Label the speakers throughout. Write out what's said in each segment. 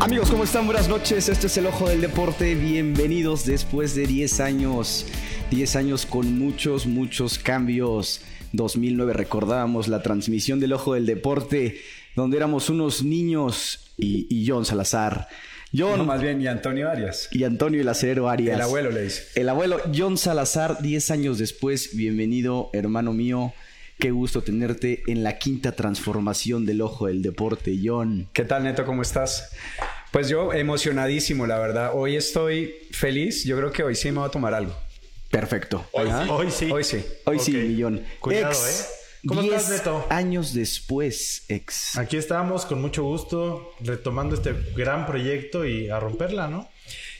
Speaker 1: Amigos, ¿cómo están? Buenas noches. Este es el Ojo del Deporte. Bienvenidos después de 10 años. 10 años con muchos, muchos cambios. 2009 recordábamos la transmisión del Ojo del Deporte, donde éramos unos niños y, y John Salazar. John
Speaker 2: No, más bien, y Antonio Arias.
Speaker 1: y Antonio El Acero Arias.
Speaker 2: El abuelo le dice.
Speaker 1: El abuelo John Salazar, 10 años después, bienvenido hermano mío. Qué gusto tenerte en la quinta transformación del ojo del deporte, John.
Speaker 2: ¿Qué tal, Neto? ¿Cómo estás? Pues yo emocionadísimo, la verdad. Hoy estoy feliz. Yo creo que hoy sí me voy a tomar algo.
Speaker 1: Perfecto.
Speaker 3: Hoy
Speaker 1: Ajá.
Speaker 3: sí. Hoy sí.
Speaker 2: Hoy sí.
Speaker 1: Hoy sí,
Speaker 3: Ok.
Speaker 1: millón.
Speaker 3: Cuidado,
Speaker 1: ex,
Speaker 3: ¿eh? ¿Cómo estás,
Speaker 1: 10
Speaker 3: Neto?
Speaker 1: Años después, ex.
Speaker 3: Aquí estamos con mucho gusto retomando este gran proyecto y a romperla, ¿no?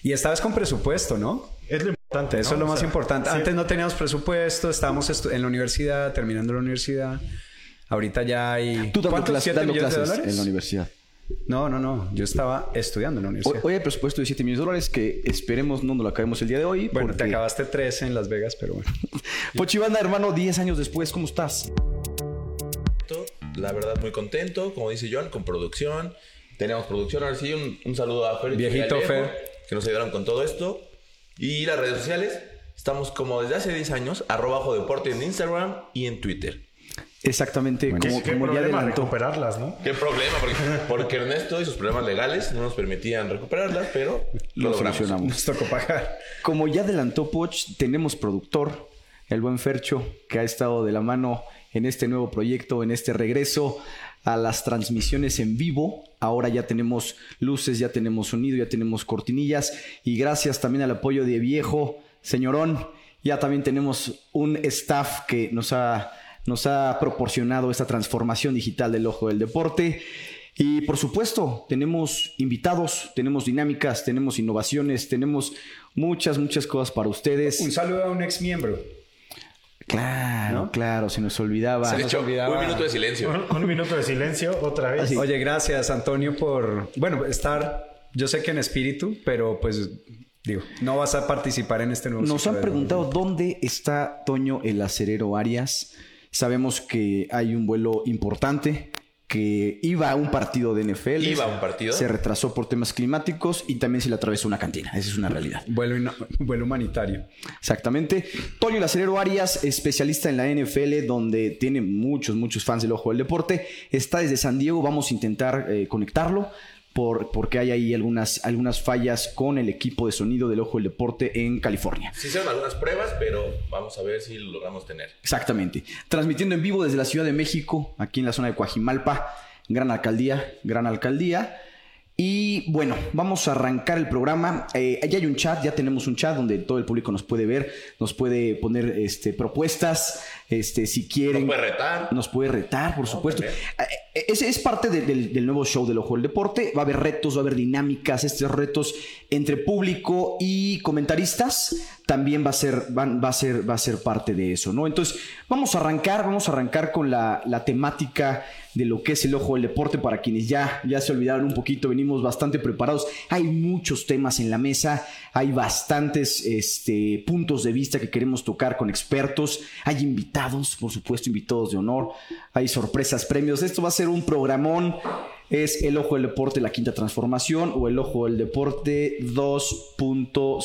Speaker 2: Y esta vez con presupuesto, ¿no?
Speaker 3: Es lo importante.
Speaker 2: Eso
Speaker 3: ¿no?
Speaker 2: es lo
Speaker 3: O
Speaker 2: más
Speaker 3: sea,
Speaker 2: importante.
Speaker 3: sí.
Speaker 2: Antes no teníamos presupuesto, estábamos estu- en la universidad, terminando la universidad. Ahorita ya hay.
Speaker 1: Tú dando,
Speaker 2: ¿Cuántos?
Speaker 1: clas-
Speaker 2: ¿Siete
Speaker 1: dando
Speaker 2: millones de
Speaker 1: clases en la
Speaker 2: dólares?
Speaker 1: universidad.
Speaker 2: No, no, no. Yo estaba estudiando en la
Speaker 1: Hoy,
Speaker 2: universidad.
Speaker 1: hoy hay presupuesto de 7 millones de dólares que esperemos no nos lo acabemos el día de hoy.
Speaker 2: bueno, te
Speaker 1: porque-
Speaker 2: acabaste 13 en Las Vegas, pero bueno.
Speaker 1: Pochibanda, hermano, 10 años después, ¿cómo estás?
Speaker 4: contento, la verdad muy contento, como dice John, con producción. Tenemos producción, ahora sí, un, un saludo a Fer y
Speaker 2: Viejito
Speaker 4: Alejo,
Speaker 2: Fer.
Speaker 4: que nos ayudaron con todo esto. Y las redes sociales, estamos como desde hace 10 años, arroba Ojo deporte en Instagram y en Twitter.
Speaker 1: Exactamente,
Speaker 2: Bueno,
Speaker 1: como,
Speaker 3: ¿Qué
Speaker 1: como ya
Speaker 3: problema
Speaker 1: adelantó.
Speaker 3: recuperarlas, ¿no?
Speaker 4: Qué problema, porque, porque Ernesto y sus problemas legales no nos permitían recuperarlas, pero lo
Speaker 1: Lo
Speaker 4: logramos.
Speaker 1: solucionamos.
Speaker 2: Nos tocó pagar.
Speaker 1: Como ya adelantó Poch, tenemos productor, el buen Fercho, que ha estado de la mano en este nuevo proyecto, en este regreso a las transmisiones en vivo. Ahora ya tenemos luces, ya tenemos sonido, ya tenemos cortinillas. Y gracias también al apoyo de Viejo, señorón, ya también tenemos un staff que nos ha, nos ha proporcionado esta transformación digital del ojo del deporte. Y por supuesto, tenemos invitados, tenemos dinámicas, tenemos innovaciones, tenemos muchas, muchas cosas para
Speaker 2: Un
Speaker 1: ustedes.
Speaker 2: saludo a un ex miembro.
Speaker 1: Claro,
Speaker 2: ¿No?
Speaker 1: claro, se nos olvidaba.
Speaker 4: De
Speaker 2: Se
Speaker 4: hecho,
Speaker 2: Nos olvidaba.
Speaker 4: un minuto de silencio.
Speaker 3: Un, un minuto de silencio otra vez.
Speaker 1: Así. Sí.
Speaker 2: Oye, gracias Antonio por, bueno, estar, yo sé que en espíritu, pero pues digo, no vas a participar en este nuevo.
Speaker 1: Nos
Speaker 2: ciclo
Speaker 1: han
Speaker 2: de-
Speaker 1: preguntado dónde está Toño el Acerero Arias. Sabemos que hay un vuelo importante que iba a un partido de NFL.
Speaker 4: Iba a un partido.
Speaker 1: Se retrasó por temas climáticos y también se le atravesó una cantina. Esa es una realidad.
Speaker 2: Vuelo, ino- vuelo humanitario.
Speaker 1: Exactamente. Toño Lacerero Arias, especialista en la NFL, donde tiene muchos, muchos fans del ojo del deporte. Está desde San Diego. Vamos a intentar eh, conectarlo por, porque hay ahí algunas, algunas fallas con el equipo de sonido del ojo del deporte en California.
Speaker 4: Sí hicieron algunas pruebas, pero vamos a ver si lo logramos tener.
Speaker 1: Exactamente. Transmitiendo en vivo desde la Ciudad de México, aquí en la zona de Coajimalpa. Gran alcaldía, gran alcaldía. Y bueno, vamos a arrancar el programa. Eh, ya hay un chat, ya tenemos un chat donde todo el público nos puede ver, nos puede poner este, propuestas, este, si quieren.
Speaker 4: Nos puede retar.
Speaker 1: Nos puede retar, por supuesto.
Speaker 4: también.
Speaker 1: Eh, Ese es parte de- del, del nuevo show del Ojo del Deporte. Va a haber retos, va a haber dinámicas, estos retos entre público y comentaristas también va a ser, van- va a ser, va a ser parte de eso, ¿no? Entonces, vamos a arrancar, vamos a arrancar con la, la temática de lo que es el Ojo del Deporte para quienes ya, ya se olvidaron un poquito, venimos bastante preparados. Hay muchos temas en la mesa, hay bastantes este, puntos de vista que queremos tocar con expertos, hay invitados, por supuesto, invitados de honor, hay sorpresas, premios. Esto va a ser un programón. Es el ojo del deporte, la quinta transformación o el ojo del deporte 2.0.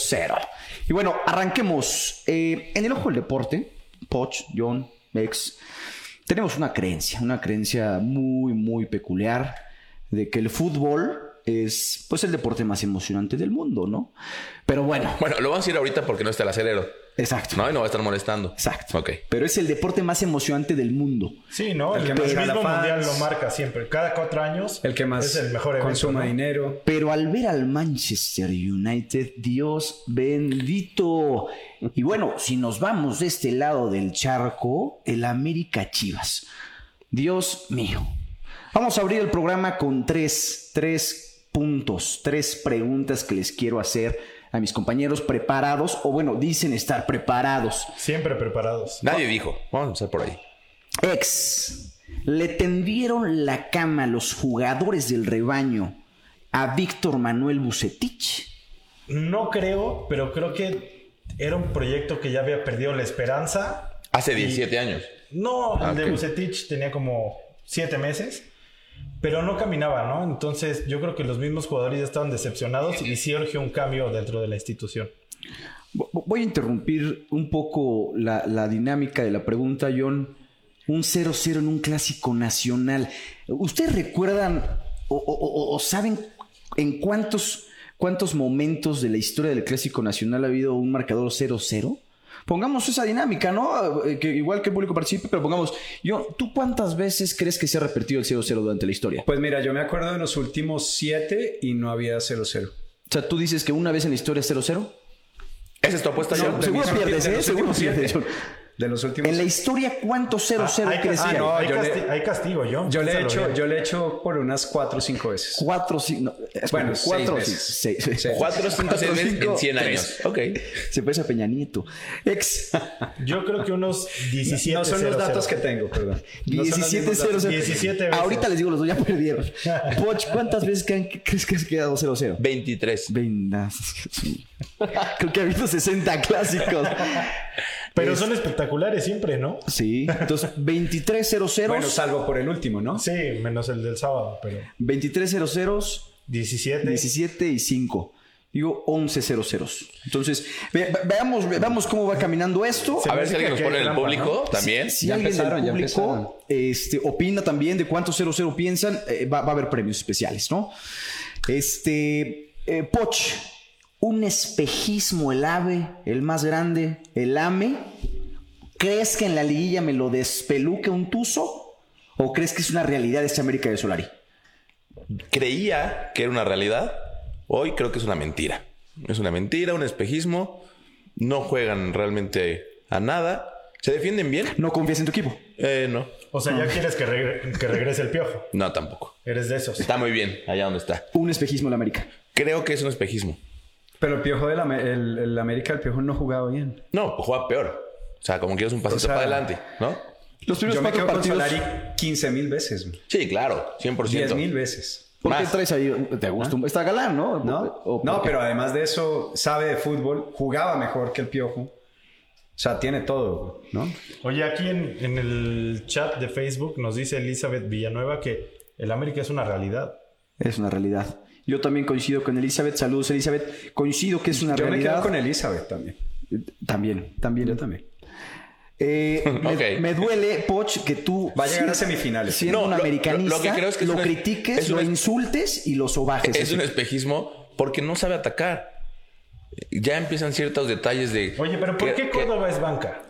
Speaker 1: Y bueno, arranquemos. Eh, en el ojo del deporte, Poch, John, Mex, tenemos una creencia, una creencia muy, muy peculiar de que el fútbol es pues el deporte más emocionante del mundo, ¿no? Pero bueno,
Speaker 4: Bueno, lo vamos a ir ahorita porque no está el acerero.
Speaker 1: exacto.
Speaker 4: No, y no va a estar molestando.
Speaker 1: Exacto.
Speaker 4: Ok.
Speaker 1: Pero es el deporte más emocionante del mundo.
Speaker 3: Sí, ¿no?
Speaker 2: El
Speaker 3: El,
Speaker 2: que más jala
Speaker 3: mismo
Speaker 2: fans.
Speaker 3: mundial lo marca siempre. Cada cuatro años
Speaker 2: El que más
Speaker 3: es el mejor evento,
Speaker 2: consuma
Speaker 3: ¿no?
Speaker 2: dinero.
Speaker 1: Pero al ver al Manchester United, Dios bendito. Y bueno, si nos vamos de este lado del charco, el América Chivas. Dios mío. Vamos a abrir el programa con tres, tres puntos, tres preguntas que les quiero hacer a mis compañeros preparados, o bueno, dicen estar preparados.
Speaker 3: Siempre preparados.
Speaker 4: Nadie dijo. Vamos a empezar por ahí.
Speaker 1: Ex, le tendieron la cama a los jugadores del rebaño a Víctor Manuel Bucetich.
Speaker 3: No creo, pero creo que era un proyecto que ya había perdido la esperanza.
Speaker 4: Hace
Speaker 3: Y-
Speaker 4: 17 años.
Speaker 3: No,
Speaker 4: Ah,
Speaker 3: el de
Speaker 4: ok.
Speaker 3: Bucetich tenía como siete meses. Pero no caminaba, ¿no? Entonces yo creo que los mismos jugadores ya estaban decepcionados y sí urgió un cambio dentro de la institución.
Speaker 1: Vo- vo- Voy a interrumpir un poco la, la dinámica de la pregunta, John. Un 0-0 en un clásico nacional. ¿Ustedes recuerdan o, o- o- o saben en cuántos, cuántos momentos de la historia del clásico nacional ha habido un marcador 0-0? Pongamos esa dinámica, ¿no? Eh, Que igual que el público participe, pero pongamos, John, ¿tú cuántas veces crees que se ha repetido el 0-0 durante la historia?
Speaker 2: Pues mira, yo me acuerdo de los últimos siete y no había 0-0.
Speaker 1: O sea, tú dices que una vez en la historia es 0-0.
Speaker 4: Esa es tu apuesta,
Speaker 2: No, pues,
Speaker 4: John.
Speaker 2: de
Speaker 1: Seguro
Speaker 2: mis
Speaker 1: pierdes,
Speaker 2: últimos- de
Speaker 1: ¿eh?
Speaker 2: los
Speaker 1: Seguro
Speaker 2: últimos
Speaker 1: pierdes,
Speaker 2: siete.
Speaker 1: John.
Speaker 2: De los últimos.
Speaker 1: En la historia, ¿cuántos 0-0
Speaker 3: hay,
Speaker 1: crees
Speaker 3: ah,
Speaker 1: que
Speaker 3: no,
Speaker 1: hay?
Speaker 3: hay,
Speaker 2: yo le-
Speaker 3: casti- hay castigo, John.
Speaker 2: Yo le he
Speaker 3: Piénsalo
Speaker 2: hecho,
Speaker 3: bien.
Speaker 2: yo le he hecho por unas cuatro o cinco veces.
Speaker 1: Cuatro, sí, no, espera,
Speaker 2: Bueno,
Speaker 1: cuatro,
Speaker 2: seis
Speaker 1: sí,
Speaker 2: veces.
Speaker 1: seis, seis.
Speaker 2: Seis.
Speaker 4: Cuatro, cinco, seis
Speaker 1: Cuatro,
Speaker 4: veces
Speaker 1: cinco,
Speaker 4: en 100 años.
Speaker 1: tres.
Speaker 4: Ok.
Speaker 1: Se parece a Peña Nieto. Ex.
Speaker 3: Yo creo que unos 17
Speaker 2: no son los
Speaker 3: 0-0.
Speaker 2: datos que tengo, perdón. No son los mismos datos.
Speaker 1: 17-0-0.
Speaker 3: 17 veces.
Speaker 1: Ahorita les digo, los dos ya perdieron. Poch, ¿cuántas veces que han- crees que has quedado 0-0?
Speaker 4: 23.
Speaker 1: Venga. ah, Creo que ha habido 60 clásicos.
Speaker 3: Pero son espectaculares siempre, ¿no?
Speaker 1: Sí, entonces 23-0-0.
Speaker 2: Bueno, salvo por el último, ¿no?
Speaker 3: Sí, menos el del sábado, pero
Speaker 1: 23-0-0.
Speaker 3: 17.
Speaker 1: 17 y 5. Digo 11 0 Entonces, ve- ve- veamos, veamos cómo va caminando esto.
Speaker 3: Se
Speaker 4: A
Speaker 3: me
Speaker 4: ver
Speaker 3: hace
Speaker 4: si alguien
Speaker 3: que
Speaker 4: nos
Speaker 3: aquí
Speaker 4: pone
Speaker 3: hay
Speaker 4: en el
Speaker 3: trampa,
Speaker 4: público también.
Speaker 1: Si
Speaker 2: Ya
Speaker 1: alguien del
Speaker 2: empezaron, ya empezaron.
Speaker 1: público este, opina también de cuántos 0-0 piensan, eh, va, va a haber premios especiales, ¿no? Este, eh, Poch, un espejismo, el ave, el más grande, el ame. ¿Crees que en la liguilla me lo despeluque un tuzo? ¿O crees que es una realidad esta América de Solari?
Speaker 4: Creía que era una realidad. Hoy creo que es una mentira. Es una mentira, un espejismo. No juegan realmente a nada. ¿Se defienden bien?
Speaker 1: ¿No confías en tu equipo?
Speaker 4: Eh, no.
Speaker 3: O sea, ya quieres que, regre- que regrese el piojo.
Speaker 4: No, tampoco.
Speaker 3: Eres de esos.
Speaker 4: Está muy bien allá donde está.
Speaker 1: Un espejismo en la América.
Speaker 4: Creo que es un espejismo.
Speaker 2: Pero el piojo del Ame- el, el América del Piojo no jugaba bien.
Speaker 4: No, juega peor. O sea, como quieres un pasito
Speaker 2: sea,
Speaker 4: para adelante, ¿no?
Speaker 1: Los primeros
Speaker 2: Yo me
Speaker 1: cuatro
Speaker 2: quedo
Speaker 1: partidos.
Speaker 2: con Solari 15 mil veces,
Speaker 4: Sí, claro, 100%.
Speaker 2: 10 mil veces.
Speaker 1: ¿Por qué
Speaker 4: Más.
Speaker 1: traes ahí? ¿Te gusta? un- Está galán, ¿no?
Speaker 2: ¿No?
Speaker 1: ¿O por
Speaker 2: no,
Speaker 1: qué?
Speaker 2: pero además de eso, sabe de fútbol, jugaba mejor que el Piojo. O sea, tiene todo, ¿no?
Speaker 3: Oye, aquí en, en el chat de Facebook nos dice Elizabeth Villanueva que el América es una realidad.
Speaker 1: Es una realidad. Yo también coincido con Elizabeth. Saludos, Elizabeth. Coincido que es una
Speaker 2: Yo me
Speaker 1: realidad.
Speaker 2: quedo con Elizabeth también.
Speaker 1: También, también.
Speaker 2: Yo también.
Speaker 1: Eh, me,
Speaker 4: Ok.
Speaker 1: me duele, Poch, que tú.
Speaker 2: Va a llegar
Speaker 1: siendo-
Speaker 2: a semifinales.
Speaker 1: Siendo
Speaker 4: No,
Speaker 1: un
Speaker 4: lo- lo-
Speaker 1: americanista, lo,
Speaker 4: lo que creo es que es una-
Speaker 1: critiques,
Speaker 4: es
Speaker 1: lo
Speaker 4: una-
Speaker 1: insultes y lo sobajes.
Speaker 4: Es
Speaker 1: Así.
Speaker 4: un espejismo porque no sabe atacar. Ya empiezan ciertos detalles de.
Speaker 3: Oye, pero ¿por
Speaker 4: que-
Speaker 3: qué
Speaker 4: que-
Speaker 3: Córdoba es banca?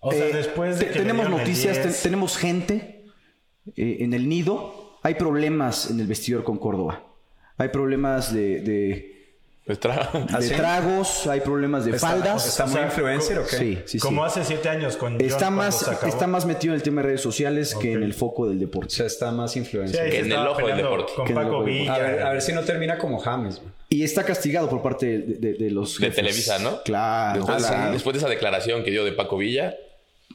Speaker 3: O sea,
Speaker 1: Eh,
Speaker 3: después de
Speaker 1: te-
Speaker 3: que le
Speaker 1: tenemos
Speaker 3: dieron el
Speaker 1: noticias, te-
Speaker 3: 10,
Speaker 1: tenemos gente eh, en el nido. Hay problemas en el vestidor con Córdoba. Hay problemas de, de-
Speaker 4: pues, tra-
Speaker 2: Ah,
Speaker 1: de tragos, hay problemas de
Speaker 2: Está-
Speaker 1: faldas.
Speaker 2: ¿Está muy
Speaker 3: O sea,
Speaker 2: influencer o qué?
Speaker 1: sí, sí, sí.
Speaker 3: como hace siete años con John
Speaker 1: Está
Speaker 3: cuando
Speaker 1: más,
Speaker 3: se acabó.
Speaker 1: está más metido en el tema de redes sociales que en
Speaker 3: Ok.
Speaker 1: el foco del
Speaker 2: O
Speaker 1: deporte.
Speaker 2: sea, está más
Speaker 3: Sí, ahí
Speaker 2: influencer.
Speaker 3: se
Speaker 4: en el
Speaker 3: estaba
Speaker 4: ojo del
Speaker 3: peleando
Speaker 4: deporte.
Speaker 1: Que
Speaker 3: Con
Speaker 1: en el
Speaker 3: Paco
Speaker 1: ojo del deporte.
Speaker 3: Villa.
Speaker 2: A ver, a ver si no termina como James. güey.
Speaker 1: Y está castigado por parte de, de- de los.
Speaker 4: De
Speaker 1: jefes.
Speaker 4: Televisa, ¿no?
Speaker 2: Ah,
Speaker 1: Claro.
Speaker 4: Después,
Speaker 1: claro.
Speaker 4: después de esa declaración que dio de Paco Villa,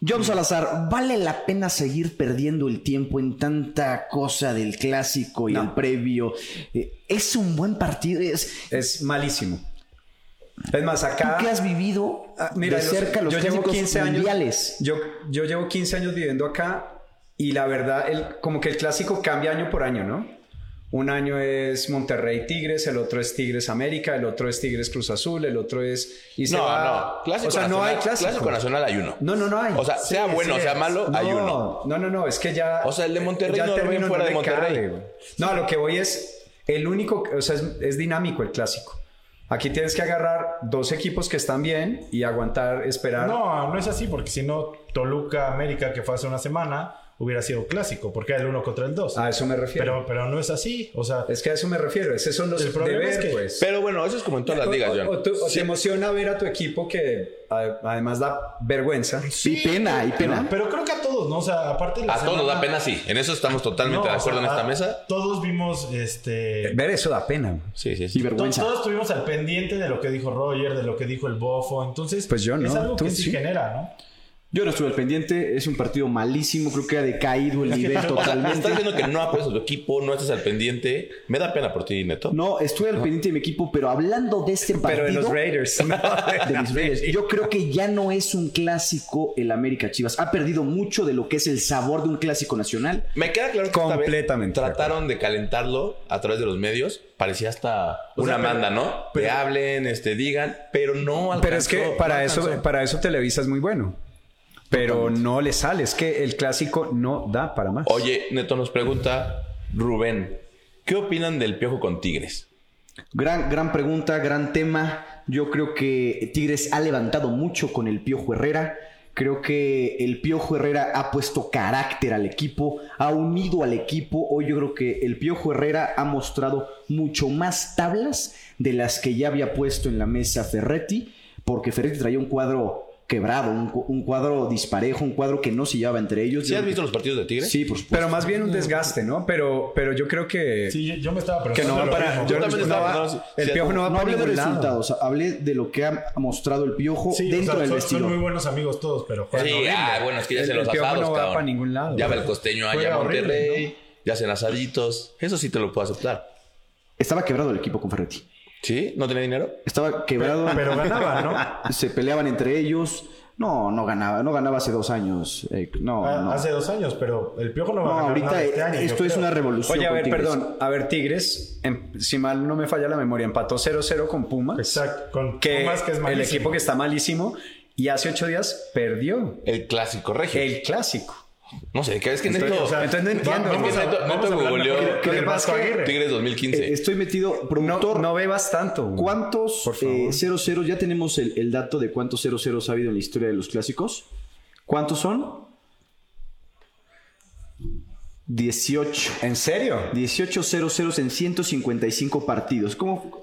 Speaker 1: John Salazar, ¿vale la pena seguir perdiendo el tiempo en tanta cosa del clásico y
Speaker 2: No.
Speaker 1: el previo? Eh, es un buen partido. Es,
Speaker 2: Es malísimo. Es más,
Speaker 1: ¿Tú
Speaker 2: acá...
Speaker 1: que has vivido
Speaker 2: Ah, mira,
Speaker 1: de
Speaker 2: yo-
Speaker 1: cerca los
Speaker 2: yo llevo
Speaker 1: clásicos
Speaker 2: 15 años-
Speaker 1: mundiales?
Speaker 2: Yo, yo llevo 15 años viviendo acá y la verdad, el, como que el clásico cambia año por año, ¿no? Un año es Monterrey Tigres, el otro es Tigres América, el otro es Tigres Cruz Azul, el otro es. y se
Speaker 4: No,
Speaker 2: va-
Speaker 4: no. Clásico
Speaker 2: o sea, no
Speaker 4: nacional,
Speaker 2: hay clásico.
Speaker 4: clásico nacional hay uno.
Speaker 2: No, no, no hay.
Speaker 4: O sea, sea bueno o sea malo, hay uno.
Speaker 2: No, no, no. Es que ya.
Speaker 4: O sea, el de Monterrey
Speaker 2: ya
Speaker 4: no lo
Speaker 2: el término
Speaker 4: ven fuera de
Speaker 2: le
Speaker 4: Monterrey.
Speaker 2: güey. no, a lo que voy es. El único. O sea, es, es dinámico el clásico. Aquí tienes que agarrar dos equipos que están bien y aguantar, esperar.
Speaker 3: No, no es así, porque si no, Toluca América, que fue hace una semana, hubiera sido clásico, porque era el uno contra el dos.
Speaker 2: A eso me refiero.
Speaker 3: pero, pero no es así. O sea,
Speaker 2: Ah, Es que a eso me refiero. Esos son los
Speaker 3: El problema
Speaker 2: deber,
Speaker 3: es que-
Speaker 2: pues.
Speaker 4: Pero bueno, eso es como en todas las ligas,
Speaker 2: O-
Speaker 4: John.
Speaker 2: o, tú- o
Speaker 4: Sí.
Speaker 2: te emociona ver a tu equipo que a- además da vergüenza.
Speaker 1: y pena, y pena.
Speaker 3: pero creo que a todos, ¿no? O sea, aparte de la
Speaker 4: A todos nos da
Speaker 3: semana-
Speaker 4: pena, sí. En eso estamos
Speaker 3: ah. No,
Speaker 4: totalmente de
Speaker 3: o
Speaker 4: acuerdo
Speaker 3: sea, ah.
Speaker 4: en esta
Speaker 3: a-
Speaker 4: mesa.
Speaker 3: Todos vimos este.
Speaker 2: Ver eso da pena. güey.
Speaker 4: Sí, sí,
Speaker 1: Y
Speaker 4: sí.
Speaker 3: to-
Speaker 1: vergüenza.
Speaker 3: Todos estuvimos al pendiente de lo que dijo Roger, de lo que dijo el Bofo. Entonces,
Speaker 2: Pues yo
Speaker 3: es
Speaker 2: no,
Speaker 3: algo
Speaker 2: tú
Speaker 3: que sí,
Speaker 2: sí.
Speaker 3: genera, ¿no?
Speaker 1: Yo no estuve al pendiente, Este es un partido malísimo, creo que ha decaído el nivel
Speaker 4: O sea, me
Speaker 1: totalmente.
Speaker 4: estás viendo que no apoyas a tu equipo, no estás al pendiente. Me da pena por ti, Neto.
Speaker 1: No, estuve al pendiente de mi equipo, pero hablando de este partido
Speaker 2: Pero de los Raiders. ¿no?
Speaker 1: de mis Raiders, yo creo que ya no es un clásico el América Chivas. Ha perdido mucho de lo que es el sabor de un clásico nacional.
Speaker 4: Me queda claro que
Speaker 2: Completamente
Speaker 4: esta vez trataron de calentarlo a través de los medios. Parecía hasta
Speaker 2: O
Speaker 4: una
Speaker 2: sea, pero-
Speaker 4: manda, ¿no?
Speaker 2: pero-
Speaker 4: que hablen, este, digan, pero no alcanzó.
Speaker 2: Pero es que
Speaker 4: no
Speaker 2: para
Speaker 4: alcanzó.
Speaker 2: eso, para eso Televisa es muy bueno. Pero no le sale. Es que el clásico no da para más.
Speaker 4: Oye, Neto nos pregunta Rubén, ¿qué opinan del piojo con Tigres?
Speaker 1: Gran, gran pregunta, gran tema. Yo creo que Tigres ha levantado mucho con el Piojo Herrera. Creo que el Piojo Herrera ha puesto carácter al equipo, ha unido al equipo. Hoy yo creo que el Piojo Herrera ha mostrado mucho más tablas de las que ya había puesto en la mesa Ferretti, porque Ferretti traía un cuadro quebrado, un, cu- un cuadro disparejo, un cuadro que no se llevaba entre ellos.
Speaker 4: ¿Sí
Speaker 1: Yo
Speaker 4: has
Speaker 1: creo
Speaker 4: visto los partidos de
Speaker 1: que-
Speaker 4: Tigres?
Speaker 1: Sí, por supuesto.
Speaker 2: Pero más bien un desgaste, ¿no? Pero, pero yo creo que.
Speaker 3: Sí, yo, yo me estaba
Speaker 2: Eh, Que no
Speaker 3: preguntando.
Speaker 2: va
Speaker 3: lo
Speaker 2: para.
Speaker 3: mismo.
Speaker 2: yo-
Speaker 4: Yo también
Speaker 2: no
Speaker 4: estaba
Speaker 2: va-
Speaker 4: pensando, sí,
Speaker 2: el
Speaker 4: sí,
Speaker 2: piojo no va
Speaker 1: no
Speaker 2: para
Speaker 1: hablé de
Speaker 2: ningún lado.
Speaker 1: resultados, hablé de lo que ha mostrado el Piojo
Speaker 3: Sí,
Speaker 1: dentro
Speaker 3: o sea,
Speaker 1: del
Speaker 3: son,
Speaker 1: vestidor.
Speaker 3: son muy buenos amigos todos, pero
Speaker 4: Sí,
Speaker 3: juegan horrible.
Speaker 4: ah, bueno, es que ya
Speaker 2: El-
Speaker 4: se los
Speaker 2: el Piojo
Speaker 4: asados,
Speaker 2: no va
Speaker 4: cabrón.
Speaker 2: para ningún lado.
Speaker 4: Ya va el costeño allá
Speaker 3: Juega
Speaker 4: a
Speaker 3: horrible,
Speaker 4: Monterrey, ya hacen asaditos. Eso sí te lo puedo aceptar.
Speaker 1: Estaba quebrado el equipo con Ferretti.
Speaker 4: ¿Sí? ¿No tenía dinero?
Speaker 1: Estaba quebrado.
Speaker 3: Pero ganaban, ¿no?
Speaker 1: se peleaban entre ellos. No, no ganaba. No ganaba hace dos años. eh, no,
Speaker 3: Ah,
Speaker 1: no.
Speaker 3: Hace dos años, pero el piojo no va
Speaker 1: No,
Speaker 3: a ganar
Speaker 1: ahorita e-,
Speaker 3: nada este año, yo
Speaker 1: esto es
Speaker 3: creo.
Speaker 1: una revolución.
Speaker 2: Oye, a
Speaker 1: con
Speaker 2: ver,
Speaker 1: Tigres.
Speaker 2: perdón. A ver, Tigres, en- si mal no me falla la memoria, empató 0-0 con Pumas.
Speaker 3: Exacto, con
Speaker 2: Que,
Speaker 3: Pumas, que es
Speaker 2: el
Speaker 3: malísimo.
Speaker 2: equipo que está malísimo. Y hace ocho días perdió
Speaker 4: El clásico regio.
Speaker 2: el clásico.
Speaker 4: No sé, ¿qué es que
Speaker 2: Entonces,
Speaker 4: Neto?
Speaker 2: o sea, entonces no entiendo.
Speaker 4: Vamos a-
Speaker 3: Neto-
Speaker 4: vamos a
Speaker 3: Neto
Speaker 4: hablar
Speaker 3: googleó
Speaker 4: mejor
Speaker 2: que
Speaker 3: del
Speaker 2: del
Speaker 3: Vasco
Speaker 2: Vasco
Speaker 3: Aguirre.
Speaker 4: Tigres 2015.
Speaker 1: Eh, estoy metido.
Speaker 2: No,
Speaker 1: Promotor,
Speaker 2: no bebas tanto.
Speaker 1: ¿cuántos
Speaker 2: Por favor.
Speaker 1: eh, 0-0? ya tenemos el, el dato de cuántos 0-0 ha habido en la historia de los clásicos. ¿Cuántos son? 18.
Speaker 2: ¿En serio?
Speaker 1: 18 0 en 155 partidos. ¿Cómo?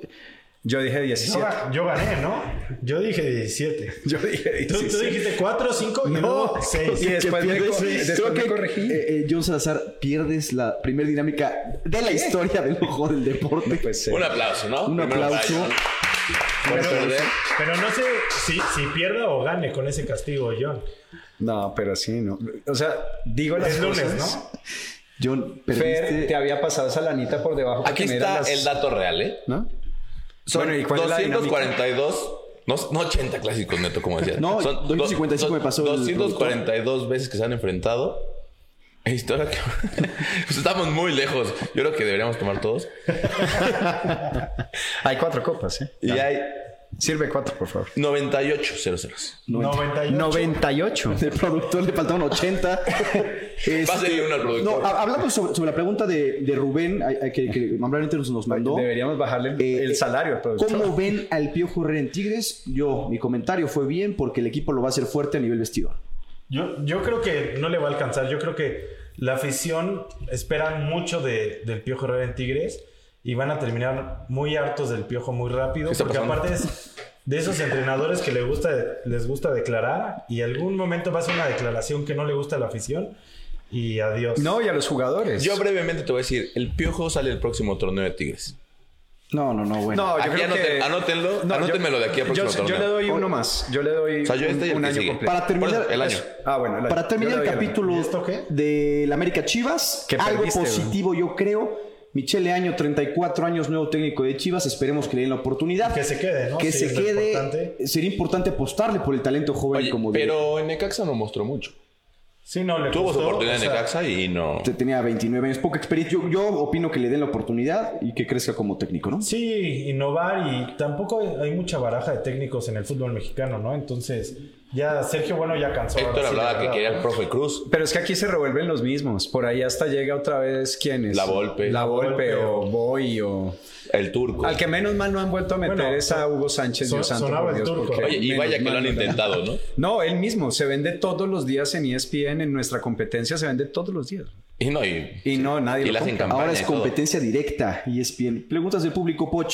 Speaker 2: Yo dije
Speaker 3: Yo
Speaker 2: 17.
Speaker 3: ga- Yo gané, ¿no? Yo dije 17.
Speaker 2: Yo dije
Speaker 3: Tú,
Speaker 2: 17.
Speaker 3: tú dijiste 4, 5 y
Speaker 2: No,
Speaker 3: luego 6.
Speaker 2: y después
Speaker 1: que
Speaker 2: me,
Speaker 1: pierdes-
Speaker 2: co-
Speaker 1: creo
Speaker 2: después me
Speaker 1: que,
Speaker 2: corregí.
Speaker 1: eh, eh, John Salazar, pierdes la primer dinámica de la historia del ojo del deporte.
Speaker 2: No, pues, eh,
Speaker 4: Un aplauso, ¿no?
Speaker 1: Un
Speaker 4: Primero para
Speaker 1: aplauso.
Speaker 4: ellos, ¿no? Por
Speaker 3: Pero,
Speaker 4: perder.
Speaker 3: pero no sé si, si pierda o gane con ese castigo, John.
Speaker 2: No, pero sí, no. O sea, digo las
Speaker 3: Es lunes,
Speaker 2: cosas.
Speaker 3: ¿no?
Speaker 1: John,
Speaker 2: Fer, te
Speaker 1: perdiste.
Speaker 2: había pasado esa lanita por debajo. para
Speaker 4: Aquí
Speaker 2: que me dieras las-
Speaker 4: está el dato real, ¿eh?
Speaker 2: ¿No?
Speaker 4: Son
Speaker 2: Bueno, ¿y cuál es la dinámica?
Speaker 4: 242, no, no 80 clásicos, neto, como decías.
Speaker 1: No,
Speaker 4: Son
Speaker 1: 255 me pasó el
Speaker 4: 242 veces que se han enfrentado. Es Historia que. Pues estamos muy lejos. Yo creo que deberíamos tomar todos.
Speaker 2: Hay cuatro copas, ¿eh?
Speaker 4: Y hay
Speaker 2: Sirve cuatro, por favor.
Speaker 4: 98 ceros.
Speaker 3: 98.
Speaker 2: 98.
Speaker 1: El productor le faltaban 80. Este,
Speaker 4: Pásenle uno al productor.
Speaker 1: No, ha- hablamos sobre, sobre la pregunta de, de Rubén, ay, ay, que, que amablemente nos, nos mandó.
Speaker 2: Deberíamos bajarle el,
Speaker 1: Eh,
Speaker 2: el salario al productor.
Speaker 1: ¿Cómo ven al Piojo Herrera en Tigres? Yo, mi comentario fue bien porque el equipo lo va a hacer fuerte a nivel vestidor.
Speaker 3: Yo, yo creo que no le va a alcanzar. Yo creo que la afición espera mucho de, del Piojo Herrera en Tigres y van a terminar muy hartos del Piojo muy rápido.
Speaker 4: ¿Qué está
Speaker 3: Porque
Speaker 4: pasando?
Speaker 3: aparte es de esos entrenadores que les gusta, les gusta declarar y algún momento va a hacer una declaración que no le gusta a la afición y adiós.
Speaker 2: No, y a los jugadores.
Speaker 4: Yo brevemente te voy a decir: el piojo sale el próximo torneo de Tigres.
Speaker 1: No, no, no, bueno.
Speaker 2: no, yo
Speaker 4: Aquí
Speaker 2: creo
Speaker 4: anoten-
Speaker 2: que...
Speaker 4: anótenlo,
Speaker 2: yo-
Speaker 4: anótenmelo de aquí a próximo
Speaker 2: yo, yo
Speaker 4: torneo.
Speaker 2: le doy uno más. Yo le doy
Speaker 4: O sea, yo
Speaker 2: un,
Speaker 4: este y el
Speaker 2: un
Speaker 4: que
Speaker 2: año
Speaker 4: sigue.
Speaker 2: completo.
Speaker 1: Para terminar-
Speaker 4: Por eso, el año.
Speaker 2: Ah, bueno. el año.
Speaker 1: Para
Speaker 2: Yo
Speaker 1: terminar
Speaker 2: le
Speaker 1: el
Speaker 2: doy año.
Speaker 1: capítulo
Speaker 3: ¿Y esto qué?
Speaker 1: de la América Chivas,
Speaker 2: Que
Speaker 1: algo
Speaker 2: perdiste,
Speaker 1: positivo yo creo. Michele Año, 34 años, nuevo técnico de Chivas. Esperemos que le den la oportunidad.
Speaker 3: Que se quede, ¿no?
Speaker 1: Que
Speaker 3: Sí,
Speaker 1: se
Speaker 3: es lo
Speaker 1: quede.
Speaker 3: importante.
Speaker 1: Sería importante apostarle por el talento joven
Speaker 4: Oye,
Speaker 1: como de-
Speaker 4: pero en Necaxa no mostró mucho.
Speaker 3: Sí, no le
Speaker 4: Tuvo su
Speaker 3: gustó,
Speaker 4: oportunidad
Speaker 3: o
Speaker 4: en
Speaker 3: sea,
Speaker 4: Necaxa y no.
Speaker 1: Te- Tenía 29 años, poca experiencia. Yo, yo opino que le den la oportunidad y que crezca como técnico, ¿no?
Speaker 3: Sí, innovar y tampoco hay, hay mucha baraja de técnicos en el fútbol mexicano, ¿no? Entonces, ya Sergio Bueno ya cansó. ahora
Speaker 4: Héctor
Speaker 3: sí, la
Speaker 4: hablaba que
Speaker 3: verdad,
Speaker 4: quería
Speaker 3: ¿no?
Speaker 4: el profe Cruz.
Speaker 2: Pero es que aquí se revuelven los mismos. Por ahí hasta llega otra vez quién es.
Speaker 4: La Volpe.
Speaker 2: La Volpe
Speaker 3: La
Speaker 2: o
Speaker 3: Volpe.
Speaker 2: Boy o.
Speaker 4: El turco.
Speaker 2: Al que menos mal no han vuelto a meter
Speaker 3: Bueno,
Speaker 2: es a Hugo Sánchez
Speaker 3: son-
Speaker 2: Dios santo, por
Speaker 3: sonaba el
Speaker 2: Dios,
Speaker 3: turco.
Speaker 2: porque
Speaker 4: Oye, y
Speaker 2: menos
Speaker 4: vaya que
Speaker 2: mal
Speaker 4: lo han
Speaker 2: no le-
Speaker 4: intentado, ¿no?
Speaker 2: No, él mismo se vende todos los días en E ESPN, en nuestra competencia se vende todos los días.
Speaker 4: Y no, y
Speaker 2: Y no, nadie
Speaker 4: Y
Speaker 2: lo
Speaker 4: le hacen
Speaker 2: compra.
Speaker 4: campaña
Speaker 1: Ahora es
Speaker 4: y todo.
Speaker 1: competencia directa E y es bien. Preguntas del público, Poch.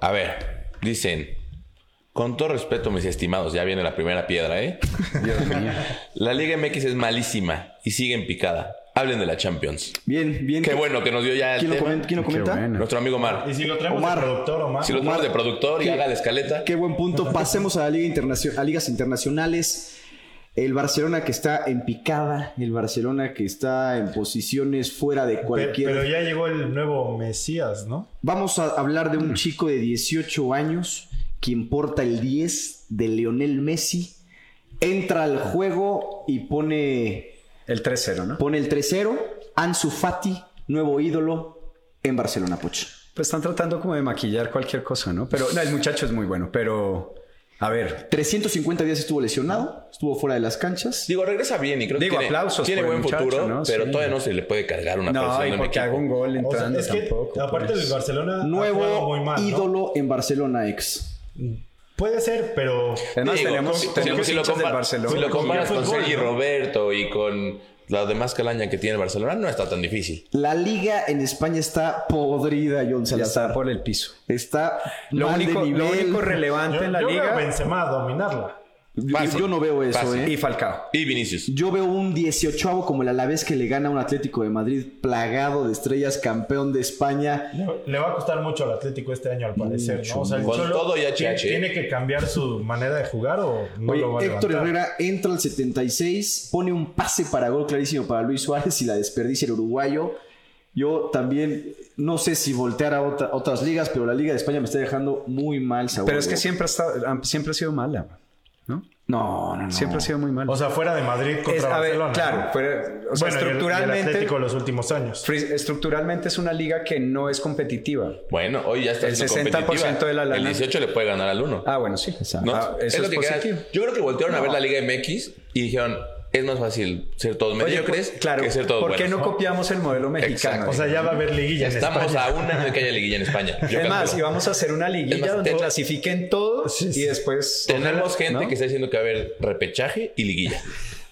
Speaker 4: A ver, dicen, con todo respeto, mis estimados, ya viene la primera piedra, ¿eh? La Liga MX es malísima y sigue en picada. Hablen de la Champions.
Speaker 1: Bien, bien.
Speaker 4: Qué bueno que nos dio ya el
Speaker 1: ¿Quién lo
Speaker 4: tema.
Speaker 1: comenta? ¿Quién lo
Speaker 2: Qué
Speaker 1: comenta?
Speaker 2: bueno.
Speaker 4: Nuestro amigo Mar.
Speaker 3: Y si lo traemos
Speaker 1: Omar.
Speaker 3: de productor, Omar.
Speaker 4: Si lo tomamos de productor y haga la escaleta.
Speaker 1: Qué buen punto. Pasemos a, la Liga Internacio- a ligas internacionales. El Barcelona que está en picada, el Barcelona que está en posiciones fuera de
Speaker 3: Pe-
Speaker 1: cualquier...
Speaker 3: Pero ya llegó el nuevo Mesías, ¿no?
Speaker 1: Vamos a hablar
Speaker 3: Mm.
Speaker 1: de un chico de 18 años quien porta el 10 de Lionel Messi, entra al juego y pone,
Speaker 2: El 3-0, ¿no?
Speaker 1: pone el 3-0. Ansu Fati, nuevo ídolo en Barcelona, Pocho.
Speaker 2: Pues están tratando como de maquillar cualquier cosa, ¿no? Pero no, el muchacho es muy bueno, pero a ver.
Speaker 1: 350 días estuvo lesionado, estuvo fuera de las canchas.
Speaker 4: Digo, regresa bien y creo
Speaker 2: Digo,
Speaker 4: que tiene,
Speaker 2: aplausos
Speaker 4: tiene
Speaker 2: por
Speaker 4: buen
Speaker 2: el muchacho,
Speaker 4: futuro,
Speaker 2: ¿no?
Speaker 4: pero
Speaker 2: Sí.
Speaker 4: todavía no se le puede cargar una
Speaker 2: No,
Speaker 4: persona
Speaker 2: y
Speaker 4: en un
Speaker 2: porque haga un
Speaker 4: equipo.
Speaker 2: gol
Speaker 3: O sea,
Speaker 2: entrando
Speaker 3: es que
Speaker 2: tampoco.
Speaker 3: aparte
Speaker 2: pues.
Speaker 3: del Barcelona, ha jugado
Speaker 1: Nuevo
Speaker 3: muy mal, ¿no?
Speaker 1: ídolo en Barcelona ex.
Speaker 3: Puede ser, pero
Speaker 2: Además,
Speaker 4: Digo,
Speaker 2: tenemos,
Speaker 4: si-
Speaker 2: tenemos
Speaker 4: si, lo
Speaker 2: hinchas del
Speaker 4: compar-
Speaker 2: Barcelona.
Speaker 4: si lo comparas con
Speaker 3: Fútbol,
Speaker 4: Sergi
Speaker 3: ¿no?
Speaker 4: Roberto y con la demás calaña que tiene el Barcelona, no está tan difícil.
Speaker 1: La liga en España está podrida, John
Speaker 2: Ya está
Speaker 1: Salazar.
Speaker 2: por el piso.
Speaker 1: Está
Speaker 2: Lo
Speaker 1: mal de
Speaker 2: único, lo
Speaker 1: nivel.
Speaker 2: único relevante
Speaker 3: yo,
Speaker 2: en la
Speaker 3: yo veo a
Speaker 2: liga
Speaker 3: Benzema a dominarla.
Speaker 1: Yo-
Speaker 4: Fácil,
Speaker 1: yo no veo eso,
Speaker 4: fácil.
Speaker 1: ¿eh?
Speaker 2: y Falcao.
Speaker 4: Y Vinicius.
Speaker 1: Yo veo un 18 como el Alavés que le gana a un Atlético de Madrid plagado de estrellas, campeón de España.
Speaker 3: Le- Le va a costar mucho al Atlético este año, al parecer, ¿no? O sea, el
Speaker 4: Con
Speaker 3: Cholo
Speaker 4: todo y ¿eh? HH.
Speaker 3: ti- ¿Tiene que cambiar su manera de jugar o no
Speaker 1: Oye,
Speaker 3: lo va a
Speaker 1: Héctor
Speaker 3: levantar?
Speaker 1: Herrera entra al 76, pone un pase para gol clarísimo para Luis Suárez y la desperdicia el uruguayo. Yo también no sé si voltear a otra- otras ligas, pero la Liga de España me está dejando muy mal sabor.
Speaker 2: Pero es
Speaker 1: de
Speaker 2: que
Speaker 1: boca.
Speaker 2: siempre ha, estado- ah, siempre ha sido mala, ¿no?
Speaker 1: No,
Speaker 4: Ah,
Speaker 1: no, no.
Speaker 2: Siempre ha sido muy mala.
Speaker 3: O sea, fuera de Madrid contra
Speaker 2: Es- a ver,
Speaker 3: Barcelona.
Speaker 2: claro,
Speaker 3: ¿no?
Speaker 2: fuera- o sea,
Speaker 3: Bueno, y el- y
Speaker 2: estructuralmente-
Speaker 3: El, Atlético en los últimos años.
Speaker 2: Fris- Estructuralmente es una liga que no es competitiva.
Speaker 4: Bueno, hoy ya está
Speaker 2: El
Speaker 4: siendo
Speaker 2: 60%
Speaker 4: competitiva.
Speaker 2: de la lana.
Speaker 4: El 18 le puede ganar al 1.
Speaker 2: Ah, bueno, sí.
Speaker 1: Exacto.
Speaker 4: ¿no?
Speaker 2: Ah,
Speaker 4: es,
Speaker 2: eso
Speaker 4: lo
Speaker 2: es,
Speaker 4: que quería-
Speaker 2: positivo.
Speaker 4: Yo creo que voltearon a ver la Liga MX y dijeron, es más fácil ser todos
Speaker 2: Oye,
Speaker 4: mediocres
Speaker 2: po- claro,
Speaker 4: que ser todos
Speaker 2: ¿por qué
Speaker 4: buenos.
Speaker 2: no copiamos el modelo mexicano?
Speaker 4: Exacto.
Speaker 3: O sea, ya va a haber liguilla en
Speaker 4: Estamos
Speaker 3: España.
Speaker 4: a un año de que haya liguilla en España. Yo
Speaker 2: es más,
Speaker 4: calculo.
Speaker 2: y vamos a hacer una
Speaker 4: Es
Speaker 2: liguilla
Speaker 4: más,
Speaker 2: donde
Speaker 4: te-
Speaker 2: clasifiquen todos
Speaker 3: Sí, sí.
Speaker 2: y después.
Speaker 4: Tenemos gente
Speaker 2: ¿no?
Speaker 4: que está diciendo que va a haber repechaje y liguilla.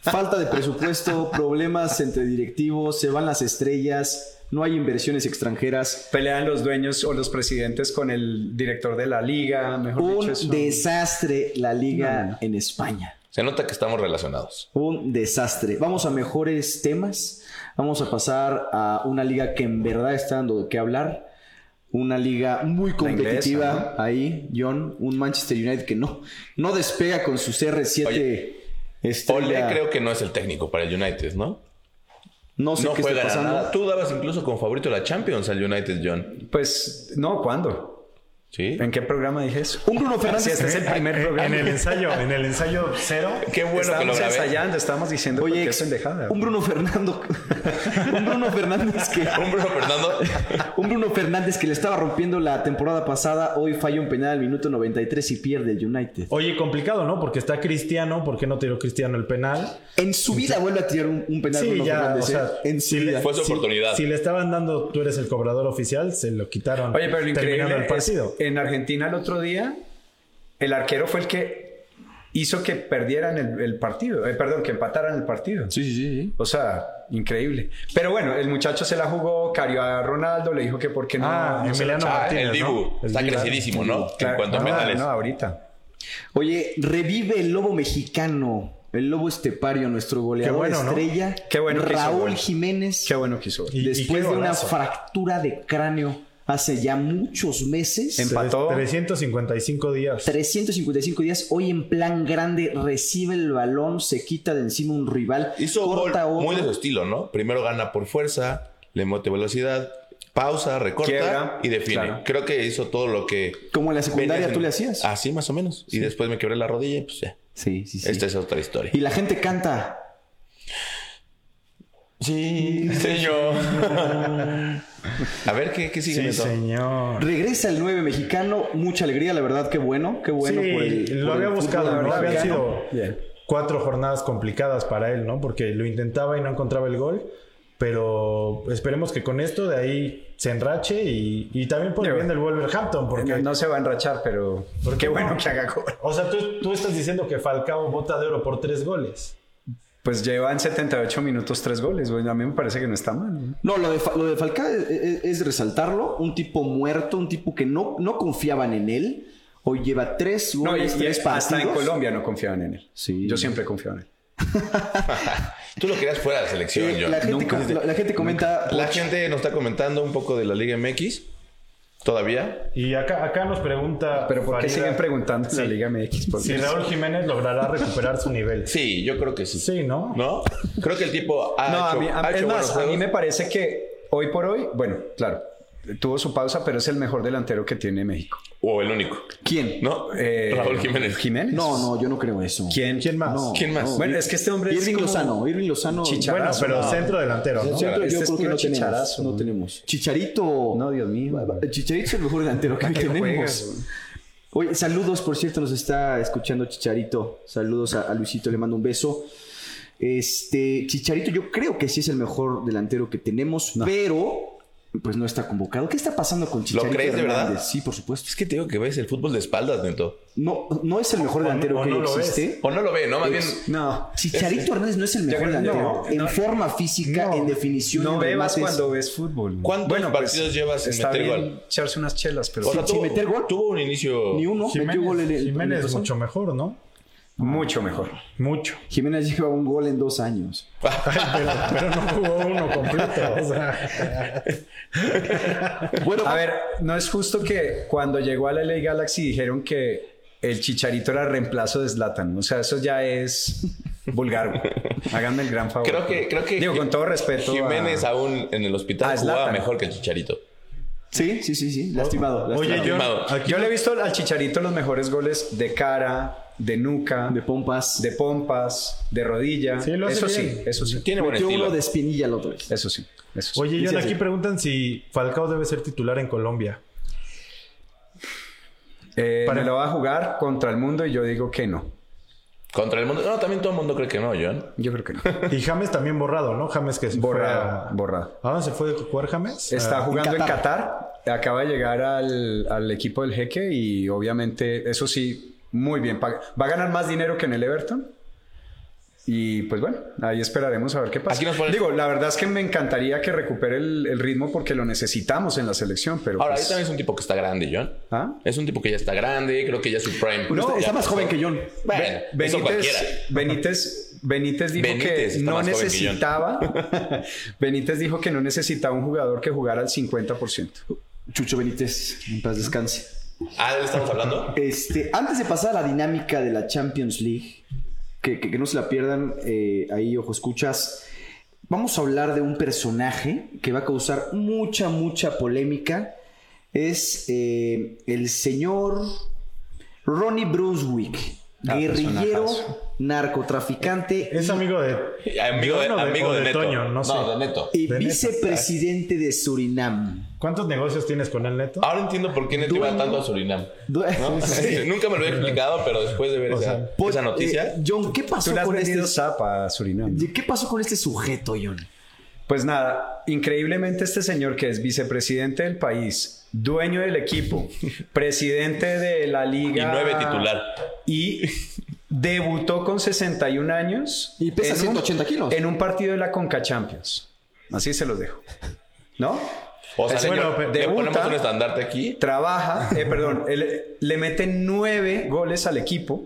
Speaker 1: Falta de presupuesto, problemas entre directivos, se van las estrellas, no hay inversiones extranjeras.
Speaker 2: Pelean los dueños o los presidentes con el director de la liga, Ah, mejor dicho.
Speaker 1: Un
Speaker 2: es
Speaker 1: desastre la liga en España.
Speaker 4: Se nota que estamos relacionados.
Speaker 1: Un desastre. Vamos a mejores temas. Vamos a pasar a una liga que en verdad está dando de qué hablar. Una liga muy competitiva
Speaker 2: inglesa,
Speaker 1: ahí, John. Un Manchester United que no, no despega con sus R7.
Speaker 4: Ole
Speaker 1: estrella.
Speaker 4: creo que no es el técnico para el United, ¿no?
Speaker 1: no sé
Speaker 4: no
Speaker 1: qué
Speaker 4: juega
Speaker 1: está
Speaker 4: a
Speaker 1: pasando.
Speaker 4: nada. Tú dabas incluso como favorito la Champions al United, John.
Speaker 2: Pues, no, ¿cuándo?
Speaker 4: Sí.
Speaker 2: ¿En qué programa dije eso?
Speaker 1: Un Bruno Fernández
Speaker 2: Sí, este es el primer
Speaker 3: Eh, En
Speaker 2: programa.
Speaker 3: el ensayo, en el ensayo cero.
Speaker 4: Qué bueno que lo
Speaker 2: estábamos
Speaker 4: grabé.
Speaker 2: ensayando, estábamos diciendo
Speaker 1: Oye,
Speaker 2: que
Speaker 1: ex-
Speaker 2: es pendejada.
Speaker 1: un Bruno Fernando. un Bruno Fernández que.
Speaker 4: Un Bruno Fernando.
Speaker 1: Un Bruno Fernández que le estaba rompiendo la temporada pasada, hoy falla un penal al minuto 93 y pierde el United.
Speaker 3: Oye, complicado, ¿no? Porque está Cristiano. ¿Por qué no tiró Cristiano el penal?
Speaker 1: En su vida vuelve a tirar un, un penal
Speaker 3: Sí,
Speaker 1: Bruno
Speaker 3: ya,
Speaker 1: Fernández.
Speaker 3: o sea,
Speaker 1: ¿eh? en su
Speaker 3: sí le-
Speaker 1: vida.
Speaker 4: Fue su oportunidad.
Speaker 3: Si le estaban dando, tú eres el cobrador oficial, se lo quitaron.
Speaker 2: Oye, pero lo
Speaker 3: terminando
Speaker 2: increíble
Speaker 3: el partido.
Speaker 2: es, en Argentina el otro día, el arquero fue el que hizo que perdieran el, el partido, eh, perdón, que empataran el partido.
Speaker 1: Sí, sí, sí, sí.
Speaker 2: O sea, increíble. Pero bueno, el muchacho se la jugó, carió a Ronaldo, le dijo que por qué no.
Speaker 3: Ah,
Speaker 2: no se la
Speaker 3: Emiliano
Speaker 2: echaba.
Speaker 4: Ah, el
Speaker 3: Martínez,
Speaker 4: Dibu.
Speaker 3: ¿no?
Speaker 4: Está
Speaker 3: El Dibu.
Speaker 4: crecidísimo, ¿no? en
Speaker 2: Claro,
Speaker 4: cuanto a
Speaker 2: no,
Speaker 4: penales.
Speaker 2: Ah, no, ahorita.
Speaker 1: Oye, revive el lobo mexicano, el lobo estepario, nuestro goleador
Speaker 3: Qué bueno, ¿no?
Speaker 1: estrella.
Speaker 2: Qué bueno que hizo
Speaker 1: Raúl
Speaker 2: gol.
Speaker 1: Jiménez.
Speaker 2: Qué bueno que hizo.
Speaker 3: Y-
Speaker 1: después
Speaker 3: qué
Speaker 1: de una
Speaker 3: golazo.
Speaker 1: fractura de cráneo hace ya muchos meses.
Speaker 2: En-
Speaker 3: Tres-
Speaker 2: empató.
Speaker 3: 355 días.
Speaker 1: 355 días, hoy en plan grande, recibe el balón, se quita de encima un rival,
Speaker 4: Hizo gol
Speaker 1: corta otro.
Speaker 4: muy de su estilo, ¿no? Primero gana por fuerza, le mete velocidad, pausa, recorta
Speaker 2: Quiebra,
Speaker 4: y define.
Speaker 2: claro.
Speaker 4: Creo que hizo todo lo que.
Speaker 1: Como en la secundaria
Speaker 4: venías
Speaker 1: tú
Speaker 4: en-
Speaker 1: le hacías.
Speaker 4: Así más o menos. Y después me quebré la rodilla y pues ya.
Speaker 1: Sí, sí, sí.
Speaker 4: Esta Este es otra historia.
Speaker 1: Y la gente canta.
Speaker 4: Sí, señor. A ver qué, qué sigue.
Speaker 3: Sí,
Speaker 4: Neto?
Speaker 3: señor.
Speaker 1: Regresa el 9 mexicano, mucha alegría, la verdad, qué bueno, qué bueno
Speaker 3: sí,
Speaker 1: por el.
Speaker 3: lo
Speaker 1: por
Speaker 3: había
Speaker 1: el
Speaker 3: buscado,
Speaker 1: fútbol
Speaker 3: ¿no? Habían
Speaker 1: mexicano.
Speaker 3: sido
Speaker 2: Bien.
Speaker 3: cuatro jornadas complicadas para él, ¿no? Porque lo intentaba y no encontraba el gol. Pero esperemos que con esto de ahí se enrache y, y también por el
Speaker 2: Yo-
Speaker 3: bien del Wolverhampton, porque...
Speaker 2: No, no se va a enrachar, pero
Speaker 3: ¿Por
Speaker 2: qué
Speaker 3: qué
Speaker 2: bueno
Speaker 3: no?
Speaker 2: que haga gol.
Speaker 3: O sea, tú, tú estás diciendo que Falcao bota de oro por tres goles.
Speaker 2: Pues llevan 78 minutos, tres goles. Bueno, a mí me parece que no está mal. ¿no?
Speaker 1: No, lo de, Fa- lo de Falcao es, es- es resaltarlo. Un tipo muerto, un tipo que no, no confiaban en él. Hoy lleva tres
Speaker 2: No, y,
Speaker 1: goles,
Speaker 2: y
Speaker 1: tres
Speaker 2: hasta
Speaker 1: partidos.
Speaker 2: en Colombia no confiaban en él.
Speaker 1: Sí.
Speaker 2: Yo siempre confío en él.
Speaker 4: Tú lo querías fuera de la selección,
Speaker 1: Eh,
Speaker 4: John.
Speaker 1: la, gente,
Speaker 2: Nunca.
Speaker 1: la- la gente comenta.
Speaker 4: La gente nos está comentando un poco de la Liga MX. todavía.
Speaker 3: Y acá, acá nos pregunta.
Speaker 2: Pero ¿por qué
Speaker 3: Farida
Speaker 2: siguen preguntando en la
Speaker 3: Sí.
Speaker 2: Liga MX? Por
Speaker 3: Si
Speaker 2: Dios.
Speaker 3: Raúl Jiménez logrará recuperar su nivel.
Speaker 4: Sí, yo creo que sí.
Speaker 3: Sí, ¿no?
Speaker 4: ¿No? Creo que el tipo ha
Speaker 2: no, a
Speaker 4: hecho,
Speaker 2: mí, a-
Speaker 4: ha
Speaker 2: es
Speaker 4: hecho buenos
Speaker 2: más, a mí
Speaker 4: juegos.
Speaker 2: me parece que hoy por hoy, bueno, claro, tuvo su pausa, pero es el mejor delantero que tiene México.
Speaker 4: O el único.
Speaker 1: ¿Quién?
Speaker 4: ¿No?
Speaker 2: Eh,
Speaker 4: Raúl Jiménez.
Speaker 2: Jiménez.
Speaker 1: No, no, yo no creo eso.
Speaker 2: ¿Quién?
Speaker 3: ¿Quién más?
Speaker 1: No,
Speaker 4: ¿Quién más? Ah,
Speaker 1: no.
Speaker 2: Bueno, es que este hombre
Speaker 1: Irving
Speaker 2: es como-
Speaker 1: Lozano, Irving Lozano.
Speaker 2: Chicharo.
Speaker 3: Bueno, pero
Speaker 2: No.
Speaker 3: centro delantero, ¿no?
Speaker 1: Centro,
Speaker 2: Este
Speaker 1: yo creo
Speaker 2: es
Speaker 1: que
Speaker 2: puro
Speaker 1: no tenemos,
Speaker 2: chicharazo,
Speaker 1: no
Speaker 2: güey.
Speaker 1: tenemos. Chicharito.
Speaker 2: No, Dios mío.
Speaker 1: Chicharito es el mejor delantero que hoy
Speaker 2: ¿Para qué
Speaker 1: tenemos.
Speaker 2: juegas, güey?
Speaker 1: Oye, saludos, por cierto, nos está escuchando Chicharito. Saludos a, a Luisito, le mando un beso. Este, Chicharito, yo creo que sí es el mejor delantero que tenemos, pero pues no está convocado. ¿Qué está pasando con Chicharito?
Speaker 4: crees de verdad?
Speaker 1: Hernández? Sí, por supuesto.
Speaker 4: Es que te digo que ves el fútbol de espaldas, Neto.
Speaker 1: No, no es el mejor
Speaker 3: O no-
Speaker 1: delantero
Speaker 3: o
Speaker 1: que
Speaker 3: no lo
Speaker 1: existe.
Speaker 4: O no lo ve, ¿no? Más bien.
Speaker 2: No.
Speaker 1: Chicharito Hernández no es el
Speaker 2: Yo
Speaker 1: mejor
Speaker 2: creo- no,
Speaker 1: delantero. en
Speaker 2: no.
Speaker 1: forma física, en definición,
Speaker 2: No
Speaker 1: en
Speaker 2: bebas
Speaker 1: remates.
Speaker 2: cuando ves fútbol. güey.
Speaker 4: ¿Cuántos
Speaker 2: pues,
Speaker 4: partidos llevas sin
Speaker 2: está
Speaker 4: meter
Speaker 2: bien
Speaker 4: gol?
Speaker 2: echarse unas chelas, pero
Speaker 4: O sea,
Speaker 1: sin
Speaker 4: tuvo,
Speaker 1: meter gol.
Speaker 4: tuvo un inicio.
Speaker 1: Ni uno metió gol en
Speaker 3: Jiménez,
Speaker 1: el.
Speaker 3: Jiménez es
Speaker 1: en el-
Speaker 3: mucho mejor, ¿no?
Speaker 2: mucho mejor.
Speaker 3: Mucho.
Speaker 1: Jiménez lleva un gol en dos años.
Speaker 3: Pero, pero no jugó uno completo. O sea,
Speaker 1: Bueno,
Speaker 2: A
Speaker 4: pues,
Speaker 2: ver, no es justo que cuando llegó a la LA Galaxy dijeron que el Chicharito era reemplazo de Zlatan. O sea, eso ya es vulgar. güey. Háganme el gran favor.
Speaker 4: Creo que, creo que
Speaker 2: Digo, con todo respeto. a-
Speaker 4: Jiménez aún en el hospital
Speaker 2: a
Speaker 4: jugaba
Speaker 2: Zlatan.
Speaker 4: mejor que el Chicharito.
Speaker 1: sí, sí, sí, sí, lastimado.
Speaker 3: oye,
Speaker 1: lastimado.
Speaker 3: yo.
Speaker 4: Lastimado.
Speaker 3: Aquí,
Speaker 2: Yo le he visto al Chicharito los mejores goles de cara, de nuca,
Speaker 1: de
Speaker 2: de,
Speaker 1: pompas.
Speaker 2: pompas, de rodilla.
Speaker 3: Sí, lo hace
Speaker 2: eso sí,
Speaker 3: bien.
Speaker 2: eso sí.
Speaker 4: Tiene buen
Speaker 1: Metió
Speaker 4: estilo.
Speaker 1: uno de espinilla la otra vez.
Speaker 2: Eso sí. Eso sí.
Speaker 3: Oye,
Speaker 1: Sí,
Speaker 3: John,
Speaker 1: sí.
Speaker 3: aquí preguntan si Falcao debe ser titular en Colombia.
Speaker 2: Eh,
Speaker 3: Para-
Speaker 2: me lo va a jugar contra el mundo y yo digo que no.
Speaker 4: Contra el mundo. No, también todo el mundo cree que no, John.
Speaker 2: Yo creo que no.
Speaker 3: Y James también borrado, ¿no? James que se
Speaker 2: Borrado,
Speaker 3: fue a-
Speaker 2: borrado.
Speaker 3: ¿A dónde se fue de jugar James?
Speaker 2: Está
Speaker 3: Ah,
Speaker 2: jugando en
Speaker 1: Qatar.
Speaker 2: Qatar. Acaba de llegar al, al equipo del jeque y obviamente, eso sí, muy bien. paga- Va a ganar más dinero que en el Everton. Y pues bueno, ahí esperaremos a ver qué pasa.
Speaker 4: Aquí nos ponen-
Speaker 2: Digo, la verdad es que me encantaría que recupere el, el ritmo porque lo necesitamos en la selección, pero...
Speaker 4: Ahora, ahí
Speaker 2: pues-
Speaker 4: también es un tipo que está grande, John.
Speaker 2: ¿Ah?
Speaker 4: Es un tipo que ya está grande, creo que ya es su prime.
Speaker 1: Bueno, Pues está,
Speaker 4: Ya
Speaker 1: está más
Speaker 4: pasó.
Speaker 1: joven que John.
Speaker 4: Bueno, eso cualquiera.
Speaker 2: Benítez, Benítez, Benítez dijo
Speaker 4: Benítez
Speaker 2: que
Speaker 4: está
Speaker 2: no
Speaker 4: más joven que yo.
Speaker 2: necesitaba. Benítez dijo que no necesitaba un jugador que jugara al 50%.
Speaker 1: Chucho Benítez, en paz descanse.
Speaker 4: Ah, ¿de qué estamos hablando?
Speaker 1: Este, antes de pasar a la dinámica de la Champions League, que, que- que no se la pierdan, eh, ahí ojo escuchas, vamos a hablar de un personaje que va a causar mucha, mucha polémica. Es eh, el señor Ronnie Brunswick,
Speaker 2: Ah,
Speaker 1: guerrillero,
Speaker 2: personajazo.
Speaker 1: narcotraficante
Speaker 3: Es amigo de.
Speaker 4: Amigo de,
Speaker 3: John o
Speaker 4: amigo
Speaker 3: o
Speaker 4: de, Neto.
Speaker 3: Toño, no sé.
Speaker 4: de Neto.
Speaker 1: y
Speaker 3: de neta.
Speaker 1: vicepresidente de Surinam.
Speaker 3: ¿Cuántos negocios tienes con el Neto?
Speaker 4: Ahora entiendo por qué Neto iba tanto a Surinam. ¿no? Nunca me lo había explicado, pero después de ver
Speaker 3: O
Speaker 4: esa,
Speaker 3: sea,
Speaker 1: Pon-
Speaker 4: esa noticia.
Speaker 1: eh, John, ¿qué pasó
Speaker 2: Tú le has
Speaker 1: con
Speaker 2: vendido
Speaker 1: este?
Speaker 2: zap a Surinam.
Speaker 1: ¿Qué pasó con este sujeto, John?
Speaker 2: Pues nada, increíblemente este señor que es vicepresidente del país, dueño del equipo, presidente de la liga.
Speaker 4: Y nueve titular.
Speaker 2: Y debutó con 61 años.
Speaker 1: Y pesa
Speaker 2: en un-
Speaker 1: 180 kilos.
Speaker 2: En un partido de la Conca Champions. Así se los dejo. ¿No?
Speaker 4: O sea,
Speaker 2: Es-
Speaker 4: señor,
Speaker 3: bueno,
Speaker 4: le
Speaker 2: debuta-
Speaker 4: ponemos un estandarte aquí.
Speaker 2: trabaja, eh, perdón, él- le mete nueve goles al equipo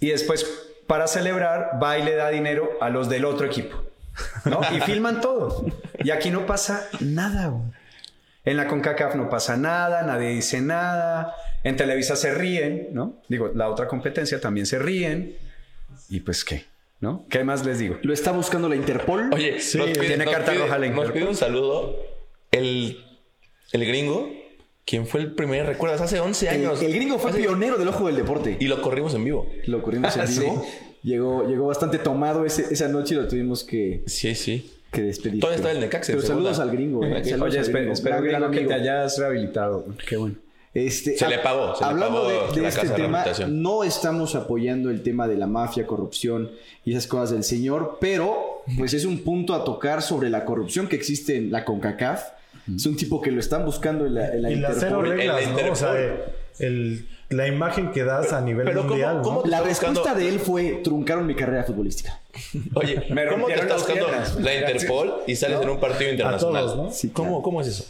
Speaker 2: y después para celebrar va y le da dinero a los del otro equipo. ¿no? Y filman todo. Y aquí no pasa nada. güey. En la CONCACAF no pasa nada, nadie dice nada. En Televisa se ríen, ¿no? Digo, la otra competencia también se ríen. Y pues qué, ¿no? ¿Qué más les digo?
Speaker 1: ¿Lo está buscando la Interpol?
Speaker 4: Oye,
Speaker 3: Sí,
Speaker 4: nos pide-
Speaker 2: tiene
Speaker 4: nos
Speaker 2: carta
Speaker 4: pide-
Speaker 2: roja la
Speaker 4: Nos
Speaker 2: Interpol.
Speaker 4: pide un saludo. El, el gringo, quien fue el primer, ¿recuerdas? Hace 11
Speaker 1: el,
Speaker 4: años.
Speaker 1: el gringo fue
Speaker 4: Hace-
Speaker 1: pionero del ojo del deporte.
Speaker 4: Y lo corrimos en vivo.
Speaker 1: Lo ocurrimos en
Speaker 4: Sí.
Speaker 1: vivo. Llegó, llegó bastante tomado ese- esa noche y lo tuvimos que,
Speaker 4: Sí, sí.
Speaker 1: que despedir.
Speaker 4: Todavía está el Necaxa en
Speaker 1: Pero
Speaker 4: segunda.
Speaker 1: saludos al gringo. eh.
Speaker 4: En la que-
Speaker 1: Saludos
Speaker 2: Oye,
Speaker 1: al
Speaker 2: espero,
Speaker 1: gringo.
Speaker 2: espero
Speaker 1: Gran,
Speaker 2: gringo,
Speaker 1: gran
Speaker 2: que te
Speaker 1: amigo.
Speaker 2: hayas rehabilitado. güey. Qué bueno.
Speaker 1: Este,
Speaker 4: Se
Speaker 1: ha-
Speaker 4: le pagó, se le
Speaker 1: hablando
Speaker 4: pagó
Speaker 1: de, de
Speaker 4: la
Speaker 1: este
Speaker 4: casa de
Speaker 1: tema,
Speaker 4: rehabilitación.
Speaker 1: no estamos apoyando el tema de la mafia, corrupción y esas cosas del señor, pero pues es un punto a tocar sobre la corrupción que existe en la CONCACAF. Es un tipo que lo están buscando en la, en la
Speaker 3: y las cero
Speaker 1: Interpol.
Speaker 4: El
Speaker 3: reglas, ¿no?
Speaker 4: Interpol.
Speaker 3: O sea, de- el- la imagen que das a nivel
Speaker 4: pero ¿cómo-
Speaker 3: mundial. ¿no?
Speaker 4: cómo-
Speaker 1: La
Speaker 4: Está buscando-
Speaker 1: respuesta de él fue truncaron mi carrera futbolística.
Speaker 4: Oye,
Speaker 2: Me
Speaker 4: ¿cómo te
Speaker 2: rompieron
Speaker 4: está
Speaker 2: las
Speaker 4: buscando
Speaker 2: piernas.
Speaker 4: la Interpol y sales en un partido internacional?
Speaker 3: todos, ¿no?
Speaker 1: Sí,
Speaker 4: ¿Cómo,
Speaker 1: claro.
Speaker 4: ¿Cómo es eso?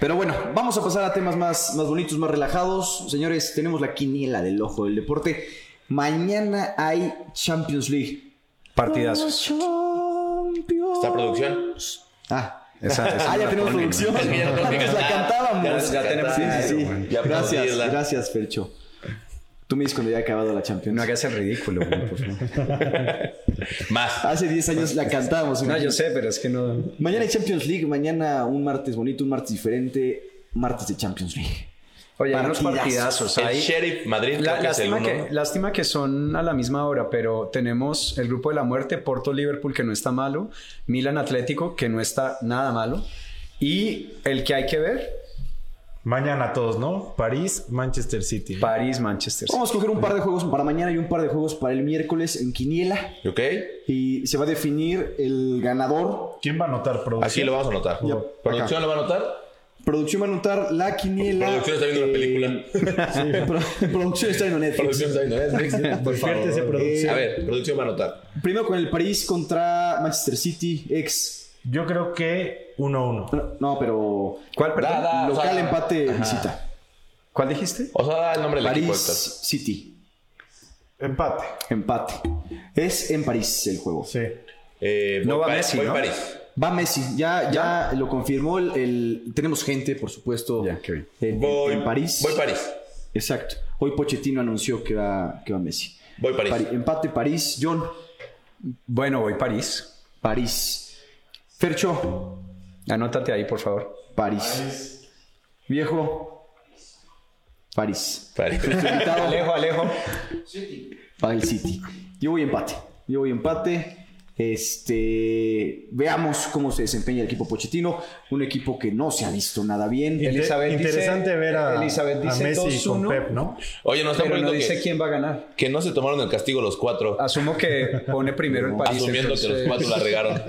Speaker 1: Pero bueno, vamos a pasar a temas más, más bonitos, más relajados. Señores, tenemos la quiniela del ojo del deporte. Mañana hay Champions League.
Speaker 2: Partidazos.
Speaker 4: Esta producción.
Speaker 1: Ah, Ah,
Speaker 2: Esa- esa no
Speaker 1: ya
Speaker 2: la
Speaker 1: tenemos
Speaker 2: ponen, ¿no?
Speaker 1: producción.
Speaker 4: Es que ya no tengo
Speaker 1: Antes la
Speaker 4: nada.
Speaker 1: cantábamos.
Speaker 4: Ya la
Speaker 1: Sí, sí, sí.
Speaker 2: cantábamos.
Speaker 4: Ya
Speaker 1: Gracias,
Speaker 4: aplaudíla.
Speaker 1: gracias, Fercho. Tú me dices cuando ya ha acabado la Champions.
Speaker 2: No hagas el ridículo, güey, por favor.
Speaker 4: Más.
Speaker 1: Hace 10 años la cantábamos.
Speaker 2: No, yo sé, pero es que no.
Speaker 1: Mañana hay Champions League, mañana un martes bonito, un martes diferente, martes de Champions League.
Speaker 2: Oye, hay unos
Speaker 1: Partidazos.
Speaker 2: partidazos.
Speaker 4: El
Speaker 2: Hay-
Speaker 4: Sheriff Madrid
Speaker 2: La-
Speaker 4: creo que es el
Speaker 2: lástima,
Speaker 4: uno,
Speaker 2: que,
Speaker 4: ¿no?
Speaker 2: lástima que son a la misma hora, pero tenemos el grupo de la muerte, Porto Liverpool, que no está malo, Milan Atlético, que no está nada malo, y el que hay que ver,
Speaker 3: Mañana todos, ¿no? París, Manchester City.
Speaker 2: París, Manchester. City.
Speaker 1: Vamos a escoger un par de juegos para mañana y un par de juegos para el miércoles en Quiniela.
Speaker 4: ¿Ok?
Speaker 1: Y se va a definir el ganador.
Speaker 3: ¿Quién va a anotar producción?
Speaker 4: Así lo vamos a anotar.
Speaker 1: Ya,
Speaker 4: ¿Producción lo va a anotar?
Speaker 1: Producción va a anotar la Quiniela.
Speaker 4: Producción está viendo la película.
Speaker 1: película. producción está viendo Netflix.
Speaker 4: Producción está viendo Netflix. Por
Speaker 3: Despiértese,
Speaker 4: favor.
Speaker 3: producción.
Speaker 4: A ver, producción va a anotar.
Speaker 1: Primero con el París contra Manchester City, ex.
Speaker 3: Yo creo que 1-1.
Speaker 1: No, pero.
Speaker 2: ¿Cuál, perdón?
Speaker 4: Da, Ah, da, o
Speaker 1: Local
Speaker 4: sea,
Speaker 1: empate visita.
Speaker 2: ¿Cuál dijiste?
Speaker 4: O sea, da el nombre del equipo.
Speaker 1: París
Speaker 4: Héctor.
Speaker 1: City.
Speaker 3: Empate.
Speaker 1: Empate. Es en París el juego.
Speaker 3: Sí.
Speaker 4: Eh,
Speaker 2: No
Speaker 4: voy
Speaker 2: va
Speaker 4: París,
Speaker 2: Messi,
Speaker 4: voy
Speaker 2: ¿no?
Speaker 4: París.
Speaker 1: Va Messi, ya, ya lo confirmó el, el- tenemos gente, por supuesto,
Speaker 2: Oh, Ya, qué bien.
Speaker 1: En,
Speaker 4: Voy,
Speaker 1: en París.
Speaker 4: Voy París.
Speaker 1: Exacto. Hoy Pochettino anunció que va, que va Messi.
Speaker 4: Voy París.
Speaker 1: Pari- empate París, John,
Speaker 2: Bueno, voy París.
Speaker 1: París. Fercho,
Speaker 2: Anótate ahí, por favor.
Speaker 1: París. Viejo, París.
Speaker 4: París.
Speaker 1: Invitado
Speaker 2: Alejo, Alejo.
Speaker 1: para el City. Yo voy empate. Yo voy empate. Este, veamos cómo se desempeña el equipo Pochettino, un equipo que no se ha visto nada bien.
Speaker 3: Inte-
Speaker 2: Elizabeth dice-
Speaker 3: interesante ver a,
Speaker 2: Elizabeth
Speaker 3: a
Speaker 2: dice
Speaker 3: Messi con
Speaker 2: 2-1.
Speaker 3: Pep, ¿no?
Speaker 4: Oye, nos están
Speaker 2: Pero no
Speaker 4: poniendo
Speaker 2: dice
Speaker 4: que,
Speaker 2: quién va a ganar.
Speaker 4: que no se tomaron el castigo los cuatro,
Speaker 2: Asumo que pone primero el París.
Speaker 4: asumiendo que los
Speaker 2: entonces-
Speaker 4: cuatro la regaron.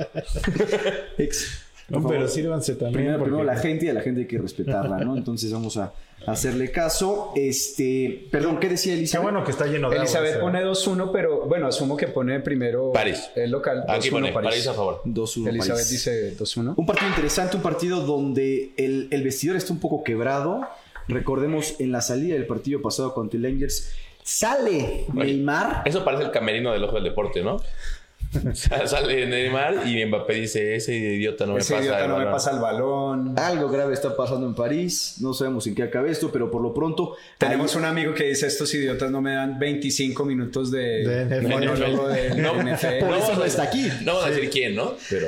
Speaker 1: Ex.
Speaker 3: No,
Speaker 1: Por
Speaker 3: pero
Speaker 1: favor.
Speaker 3: sírvanse también.
Speaker 1: Primero,
Speaker 3: porque-
Speaker 1: primero la gente y a la gente hay que respetarla, ¿no? Entonces vamos a hacerle caso. Este, perdón, ¿qué decía
Speaker 3: Qué
Speaker 1: Elizabeth?
Speaker 3: bueno que está lleno de agua,
Speaker 2: Elizabeth
Speaker 3: ese.
Speaker 2: pone 2-1, pero bueno, asumo que pone primero
Speaker 4: París.
Speaker 2: el local.
Speaker 4: Aquí
Speaker 2: 2-1
Speaker 4: pone
Speaker 2: París.
Speaker 4: París a favor.
Speaker 1: 2-1
Speaker 2: Elizabeth
Speaker 1: París.
Speaker 2: dice 2-1.
Speaker 1: Un partido interesante, un partido donde el, el vestidor está un poco quebrado. Recordemos en la salida del partido pasado contra el Rangers sale
Speaker 4: Oye,
Speaker 1: Neymar.
Speaker 4: Eso parece el camerino del ojo del deporte, ¿no? O sea, Sale Neymar y Mbappé dice, ese idiota no me
Speaker 2: Ese
Speaker 4: pasa.
Speaker 2: idiota
Speaker 4: el
Speaker 2: no me
Speaker 4: balón".
Speaker 2: pasa el balón.
Speaker 1: Algo grave está pasando en París. No sabemos en qué acabe esto, pero por lo pronto
Speaker 2: Tenemos
Speaker 1: ahí-
Speaker 2: un amigo que dice, estos idiotas no me dan 25 minutos de,
Speaker 3: De NFL.
Speaker 2: monólogo de
Speaker 4: No,
Speaker 2: NFL".
Speaker 1: Por
Speaker 4: No
Speaker 1: eso
Speaker 4: vamos
Speaker 1: no
Speaker 4: a-
Speaker 1: está aquí.
Speaker 4: No vamos a decir quién, ¿no? Pero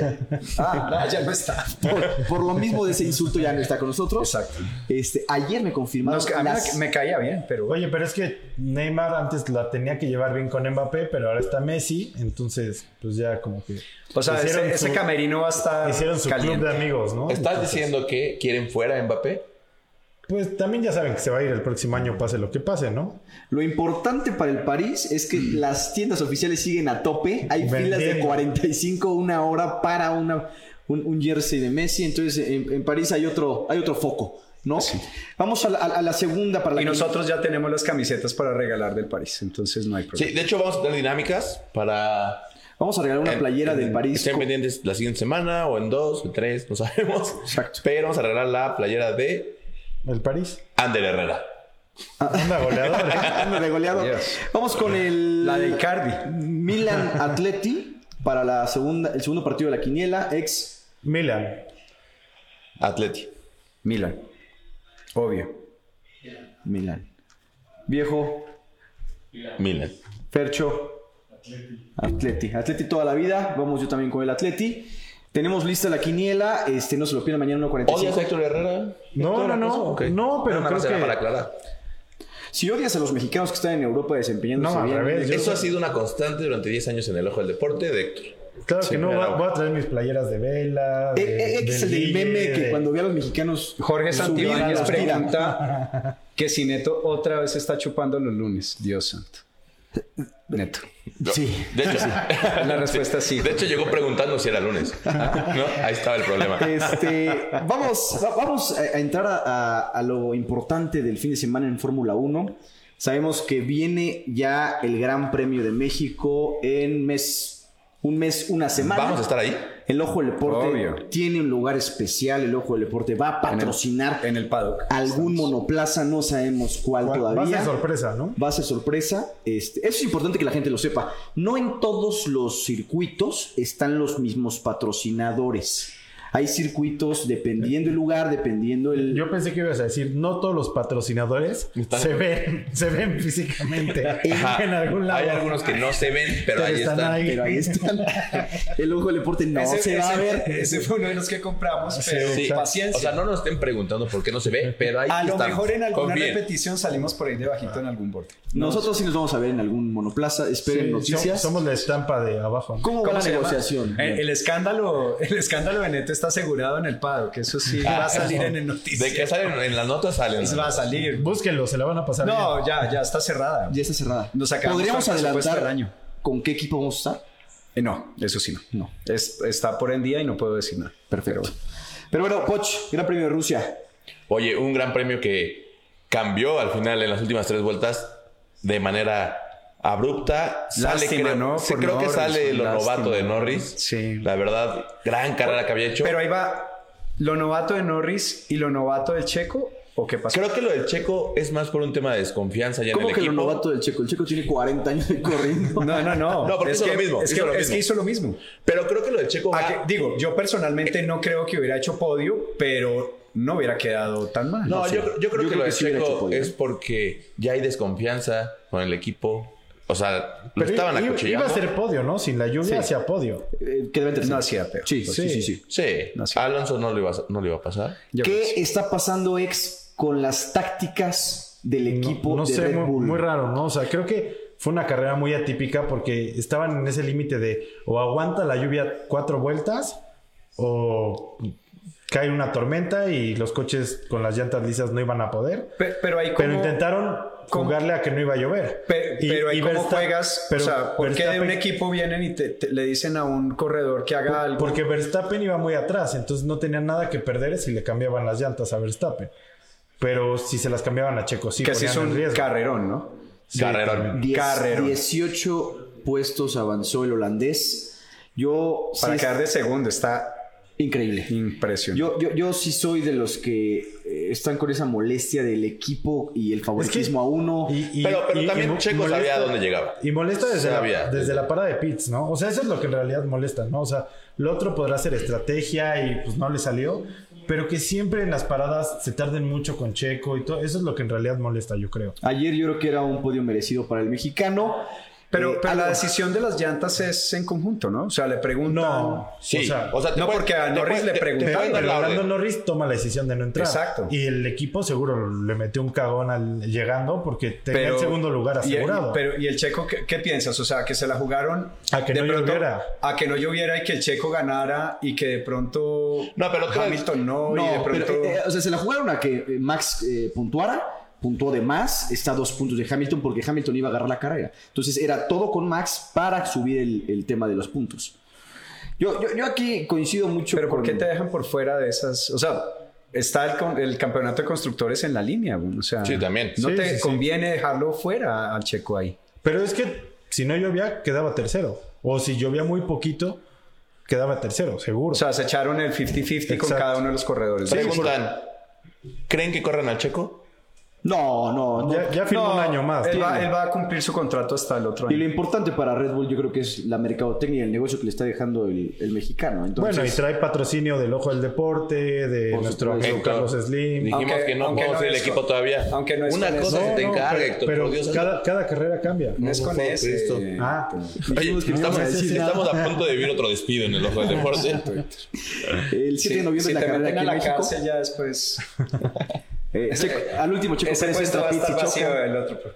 Speaker 2: Ah, no, ya no está.
Speaker 1: Por, por lo mismo de ese insulto ya no está con nosotros.
Speaker 2: Exacto.
Speaker 1: Este, ayer me confirmaron
Speaker 2: Nos- a mí
Speaker 1: las-
Speaker 2: me, me caía bien, pero...
Speaker 3: Oye, pero es que Neymar antes la tenía que llevar bien con Mbappé, pero ahora está Messi, entonces pues ya como que
Speaker 2: O sea,
Speaker 3: Hicieron
Speaker 2: ese, ese
Speaker 3: su-
Speaker 2: camerino va a estar
Speaker 3: hicieron su
Speaker 2: caliente.
Speaker 3: club de amigos, ¿no?
Speaker 4: ¿estás
Speaker 3: Entonces,
Speaker 4: diciendo que quieren fuera a Mbappé?
Speaker 3: Pues también ya saben que se va a ir el próximo año, pase lo que pase, ¿no?
Speaker 1: Lo importante para el París es
Speaker 2: Mm.
Speaker 1: que las tiendas oficiales siguen a tope. Hay filas de
Speaker 3: Vendiendo.
Speaker 1: 45 una hora para una, un, un jersey de Messi. Entonces en, en París hay otro, hay otro foco, ¿no? Vamos a la, a la segunda para la
Speaker 2: Y
Speaker 1: que-
Speaker 2: nosotros ya tenemos las camisetas para regalar del París, entonces no hay problema.
Speaker 4: Sí, de hecho vamos a tener dinámicas para...
Speaker 1: Vamos a regalar una playera del París.
Speaker 4: Estén
Speaker 1: con-
Speaker 4: pendientes la siguiente semana o en dos, en tres, no sabemos.
Speaker 1: Exacto.
Speaker 4: Pero vamos a regalar la playera de
Speaker 3: El París.
Speaker 4: Ander Herrera.
Speaker 3: Anda goleador. ¿eh?
Speaker 1: Anda de goleado.
Speaker 2: Dios.
Speaker 1: Vamos con el
Speaker 2: La de Icardi.
Speaker 1: Milan Atleti para la segunda, el segundo partido de la quiniela. Ex
Speaker 3: Milan.
Speaker 4: Atleti.
Speaker 2: Milan. Obvio.
Speaker 1: Milan. Viejo
Speaker 4: Milan.
Speaker 1: Fercho. Atleti. Atleti toda la vida. Vamos yo también con el Atleti. Tenemos lista la quiniela. Este, no se lo pierdan mañana
Speaker 4: ¿Odias a
Speaker 1: 1.45.
Speaker 4: Héctor Herrera?
Speaker 3: No,
Speaker 4: ¿Héctor,
Speaker 3: no, no.
Speaker 4: acaso? Ok.
Speaker 3: No, pero
Speaker 4: Nada más
Speaker 3: creo
Speaker 4: era
Speaker 3: que-
Speaker 4: para aclarar.
Speaker 1: Si odias a los mexicanos que están en Europa desempeñándose
Speaker 3: No, al
Speaker 1: bien.
Speaker 3: revés. Yo
Speaker 4: Eso
Speaker 3: sé-
Speaker 4: ha sido una constante durante 10 años en el ojo del deporte de Héctor.
Speaker 3: Claro que no,
Speaker 4: pero-
Speaker 3: va- voy a traer mis playeras de vela.
Speaker 1: Eh,
Speaker 3: de-
Speaker 1: eh, eh, que es el del
Speaker 3: ligue,
Speaker 1: meme que
Speaker 3: de-
Speaker 1: cuando ve a los mexicanos.
Speaker 2: Jorge
Speaker 1: subir a
Speaker 2: Santibáñez
Speaker 1: la tira.
Speaker 2: pregunta que si Neto otra vez está chupando los lunes. Dios santo. Neto.
Speaker 1: Sí.
Speaker 4: De hecho,
Speaker 2: La respuesta es sí.
Speaker 4: de hecho llegó preguntando si era lunes.
Speaker 3: Ah.
Speaker 4: ¿No? Ahí estaba el problema.
Speaker 1: Este, vamos, va- vamos a a entrar a, a- a lo importante del fin de semana en Fórmula 1. Sabemos que viene ya el Gran Premio de México en mes, un mes, una semana.
Speaker 4: ¿Vamos a estar ahí?
Speaker 1: El Ojo del Deporte
Speaker 2: Obvio.
Speaker 1: tiene un lugar especial. El Ojo del Deporte va a patrocinar
Speaker 2: En el paddock.
Speaker 1: algún monoplaza, no sabemos cuál
Speaker 3: Va a
Speaker 1: todavía.
Speaker 3: ser sorpresa, ¿no?
Speaker 1: Va a ser sorpresa. Este, eso es importante que la gente lo sepa. No en todos los circuitos están los mismos patrocinadores. Hay circuitos dependiendo el lugar, dependiendo el...
Speaker 3: Yo pensé que ibas a decir, no todos los patrocinadores
Speaker 4: Están-
Speaker 3: se ven, se ven físicamente
Speaker 4: Ajá.
Speaker 3: en algún lado.
Speaker 4: Hay algunos que no se ven,
Speaker 3: Pero
Speaker 4: pero, ahí
Speaker 3: están
Speaker 4: están.
Speaker 3: ahí.
Speaker 1: Pero ahí está. El ojo del deporte no
Speaker 2: ese,
Speaker 1: se va a
Speaker 2: ese-
Speaker 1: ver.
Speaker 2: Ese fue uno de los que compramos,
Speaker 3: Sí,
Speaker 2: pero
Speaker 4: Sí.
Speaker 2: paciencia.
Speaker 4: O sea, no nos estén preguntando por qué no se ve, pero ahí
Speaker 2: a lo
Speaker 4: están.
Speaker 2: mejor en alguna
Speaker 4: Confíen.
Speaker 2: repetición salimos por ahí debajito en algún borde.
Speaker 1: Nosotros sí nos vamos a ver en algún monoplaza. Esperen
Speaker 3: Sí,
Speaker 1: noticias.
Speaker 3: Somos la estampa de abajo.
Speaker 1: ¿Cómo va
Speaker 2: ¿Cómo
Speaker 1: la
Speaker 2: se llama? Eh,
Speaker 1: negociación?
Speaker 2: El, el escándalo, el escándalo de Neto está asegurado en el pado, que eso sí va a salir en el
Speaker 4: De que
Speaker 2: noticias.
Speaker 4: salen en las notas salen.
Speaker 2: Va a salir.
Speaker 3: Búsquenlo, se la van a pasar. bien.
Speaker 2: No, ya, ya está cerrada.
Speaker 1: Ya está cerrada.
Speaker 2: Nos acabamos
Speaker 1: ¿Podríamos
Speaker 2: con el presupuesto
Speaker 1: adelantar
Speaker 2: del año.
Speaker 1: con qué equipo vamos a estar?
Speaker 2: Eh, no, eso sí no.
Speaker 1: No.
Speaker 2: Es- está por en día y no puedo decir nada.
Speaker 1: Perfecto. Pero bueno, Poch, Gran Premio de Rusia.
Speaker 4: Oye, un gran premio que cambió al final en las últimas tres vueltas de manera abrupta. Sale,
Speaker 2: Lástima,
Speaker 4: creo,
Speaker 2: ¿no?
Speaker 4: sí,
Speaker 2: Por
Speaker 4: creo que
Speaker 2: Norris,
Speaker 4: sale lo
Speaker 2: lástima.
Speaker 4: novato de Norris.
Speaker 2: Sí.
Speaker 4: La verdad, gran carrera que había hecho.
Speaker 2: Pero ahí va lo novato de Norris y lo novato del Checo, ¿o qué pasó?
Speaker 4: creo que lo del Checo es más por un tema de desconfianza ya en el
Speaker 1: ¿Cómo que
Speaker 4: equipo.
Speaker 1: lo novato del Checo? El Checo tiene 40 años de corriendo.
Speaker 2: No, no, no.
Speaker 4: No, porque
Speaker 2: es
Speaker 4: hizo
Speaker 2: que,
Speaker 4: lo mismo,
Speaker 2: Es,
Speaker 4: hizo
Speaker 2: que,
Speaker 4: lo
Speaker 2: es
Speaker 4: mismo. Ah,
Speaker 2: que hizo lo mismo.
Speaker 4: Pero creo que lo del Checo
Speaker 2: A
Speaker 4: va-
Speaker 2: que- digo, yo personalmente no creo que hubiera hecho podio, pero no hubiera quedado tan mal.
Speaker 4: No,
Speaker 1: No, sí.
Speaker 4: yo, creo- yo creo
Speaker 1: Yo
Speaker 4: que
Speaker 1: creo
Speaker 4: lo
Speaker 1: que
Speaker 4: de
Speaker 1: sí hubiera
Speaker 4: Checo
Speaker 1: hecho ¿eh? podio.
Speaker 4: es porque ya hay desconfianza con el equipo. O sea, lo
Speaker 3: Pero
Speaker 4: estaban
Speaker 3: i- i-
Speaker 4: acuchillando.
Speaker 3: Iba a ser podio, ¿no? Sin la lluvia hacia podio.
Speaker 1: Eh, ¿Qué deben
Speaker 2: No hacía peor.
Speaker 1: Sí, sí,
Speaker 3: Sí.
Speaker 1: sí. sí.
Speaker 4: Sí,
Speaker 2: No, sí.
Speaker 4: Alonso no lo iba a, no lo iba a pasar.
Speaker 2: Yo creo que
Speaker 1: ¿Qué
Speaker 2: sí.
Speaker 1: está pasando, ex, con las tácticas del equipo
Speaker 3: no, no
Speaker 1: de
Speaker 3: sé,
Speaker 1: Red
Speaker 3: muy,
Speaker 1: Bull?
Speaker 3: muy raro, ¿no? O sea, creo que fue una carrera muy atípica porque estaban en ese límite de o aguanta la lluvia cuatro vueltas o cae una tormenta y los coches con las llantas lisas no iban a poder.
Speaker 2: Pe- pero ahí
Speaker 3: Pero
Speaker 2: como-
Speaker 3: intentaron
Speaker 2: cómo-
Speaker 3: jugarle a que no iba a llover.
Speaker 2: Pe-
Speaker 3: Y-
Speaker 2: pero ahí
Speaker 3: y
Speaker 2: como
Speaker 3: Verstappen-
Speaker 2: juegas,
Speaker 3: pero
Speaker 2: o sea, ¿por qué de un
Speaker 3: Verstappen-
Speaker 2: equipo vienen y te- te- le dicen a un corredor que haga algo?
Speaker 3: Porque Verstappen iba muy atrás, entonces no tenía nada que perder si le cambiaban las llantas a Verstappen. Pero si se las cambiaban a Checo, sí
Speaker 2: que sí es
Speaker 3: ponían en
Speaker 2: un
Speaker 3: riesgo.
Speaker 2: carrerón, ¿no?
Speaker 4: Carrerón.
Speaker 1: Diez-
Speaker 2: Carrero.
Speaker 1: 18 puestos avanzó el holandés. Yo sí
Speaker 2: Para
Speaker 1: es-
Speaker 2: quedar de segundo está
Speaker 1: increíble.
Speaker 2: impresionante.
Speaker 1: Yo, yo, yo sí soy de los que eh, están con esa molestia del equipo y el favoritismo a uno.
Speaker 3: Y- y-
Speaker 4: Pero- pero
Speaker 3: y-
Speaker 4: también
Speaker 3: y mo-
Speaker 4: Checo sabía a dónde llegaba.
Speaker 3: Y molesta desde,
Speaker 4: Sabía.
Speaker 3: la, desde la parada de pits, ¿no? O sea, eso es lo que en realidad molesta, ¿no? O sea, lo otro podrá ser estrategia y pues no le salió, pero que siempre en las paradas se tarden mucho con Checo y todo. Eso es lo que en realidad molesta, yo creo.
Speaker 1: Ayer yo creo que era un podio merecido para el mexicano.
Speaker 2: Pero,
Speaker 1: Eh,
Speaker 2: pero la
Speaker 1: algo-
Speaker 2: decisión de las llantas es en conjunto, ¿no? O sea, le preguntan.
Speaker 3: No,
Speaker 4: Sí,
Speaker 3: o sea,
Speaker 4: te
Speaker 2: no,
Speaker 4: pueden-
Speaker 2: porque a
Speaker 4: te
Speaker 2: Norris
Speaker 4: pueden-
Speaker 2: le
Speaker 4: te- te
Speaker 2: preguntaron,
Speaker 4: pueden
Speaker 3: Pero
Speaker 4: dar la orden.
Speaker 3: Lando Norris toma la decisión de no entrar.
Speaker 2: Exacto.
Speaker 3: Y el equipo seguro le metió un cagón al- llegando porque tenía el segundo lugar
Speaker 2: y el-
Speaker 3: asegurado.
Speaker 2: pero, ¿y el checo qué, qué piensas? O sea, que se la jugaron.
Speaker 3: A que
Speaker 2: de
Speaker 3: no lloviera.
Speaker 2: A que no lloviera y que el checo ganara y que de pronto.
Speaker 4: No, pero creo-
Speaker 2: Hamilton no,
Speaker 1: No,
Speaker 2: y de pronto.
Speaker 1: pero, eh, eh, o sea, se la jugaron a que eh, Max eh, puntuara. Puntuó de más, está a dos puntos de Hamilton porque Hamilton iba a agarrar la carrera. Entonces era todo con Max para subir el, el tema de los puntos. Yo, yo, yo aquí coincido mucho
Speaker 2: pero ¿por
Speaker 1: con-
Speaker 2: qué te dejan por fuera de esas? O sea, está el, con- el campeonato de constructores en la línea. O sea,
Speaker 4: Sí, también.
Speaker 2: No
Speaker 3: Sí,
Speaker 2: te
Speaker 3: sí, sí.
Speaker 2: conviene dejarlo fuera al checo ahí.
Speaker 3: Pero es que si no llovía, quedaba tercero. O si llovía muy poquito, quedaba tercero, seguro.
Speaker 2: O sea, se echaron el 50-50 con
Speaker 3: Exacto.
Speaker 2: cada uno de los corredores.
Speaker 4: Preguntan, ¿creen que corran al Checo?
Speaker 1: No, no, no.
Speaker 3: ya, ya firmó
Speaker 2: No,
Speaker 3: un año más.
Speaker 2: Él va,
Speaker 3: tiene.
Speaker 2: él va a cumplir su contrato hasta el otro
Speaker 1: Y lo
Speaker 2: año.
Speaker 1: importante para Red Bull yo creo que es la mercadotecnia y el negocio que le está dejando el, el mexicano. Entonces,
Speaker 3: bueno, y trae patrocinio del Ojo del Deporte, de
Speaker 1: Por
Speaker 3: nuestro
Speaker 1: supuesto.
Speaker 3: amigo Carlos Slim.
Speaker 4: Dijimos
Speaker 2: Aunque-
Speaker 4: que no
Speaker 2: aunque
Speaker 4: podemos
Speaker 2: no
Speaker 4: ser el
Speaker 2: es
Speaker 4: equipo
Speaker 2: con-
Speaker 4: todavía.
Speaker 2: aunque no es
Speaker 4: Una
Speaker 2: con
Speaker 4: cosa
Speaker 2: eso.
Speaker 4: se te
Speaker 3: No,
Speaker 4: encarga,
Speaker 3: pero-
Speaker 4: Héctor. por Dios
Speaker 3: pero cada, cada carrera cambia.
Speaker 2: No es
Speaker 4: No,
Speaker 2: con
Speaker 4: por
Speaker 2: ese.
Speaker 4: Cristo.
Speaker 3: Ah,
Speaker 4: Oye,
Speaker 1: dijimos que no
Speaker 4: estamos,
Speaker 1: íbamos a decir nada.
Speaker 4: estamos a punto de vivir otro despido en el ojo del deporte.
Speaker 1: el 7 de noviembre
Speaker 2: si
Speaker 1: es la
Speaker 2: te
Speaker 1: carrera aquí
Speaker 2: meten a
Speaker 1: en
Speaker 2: la
Speaker 1: México.
Speaker 2: cárcel ya después.
Speaker 1: Eh, Checo- al último Checo
Speaker 2: Ese
Speaker 1: Pérez
Speaker 2: puesto
Speaker 1: entra
Speaker 2: va a
Speaker 1: pits
Speaker 2: estar
Speaker 1: y choca.
Speaker 2: vacío el otro.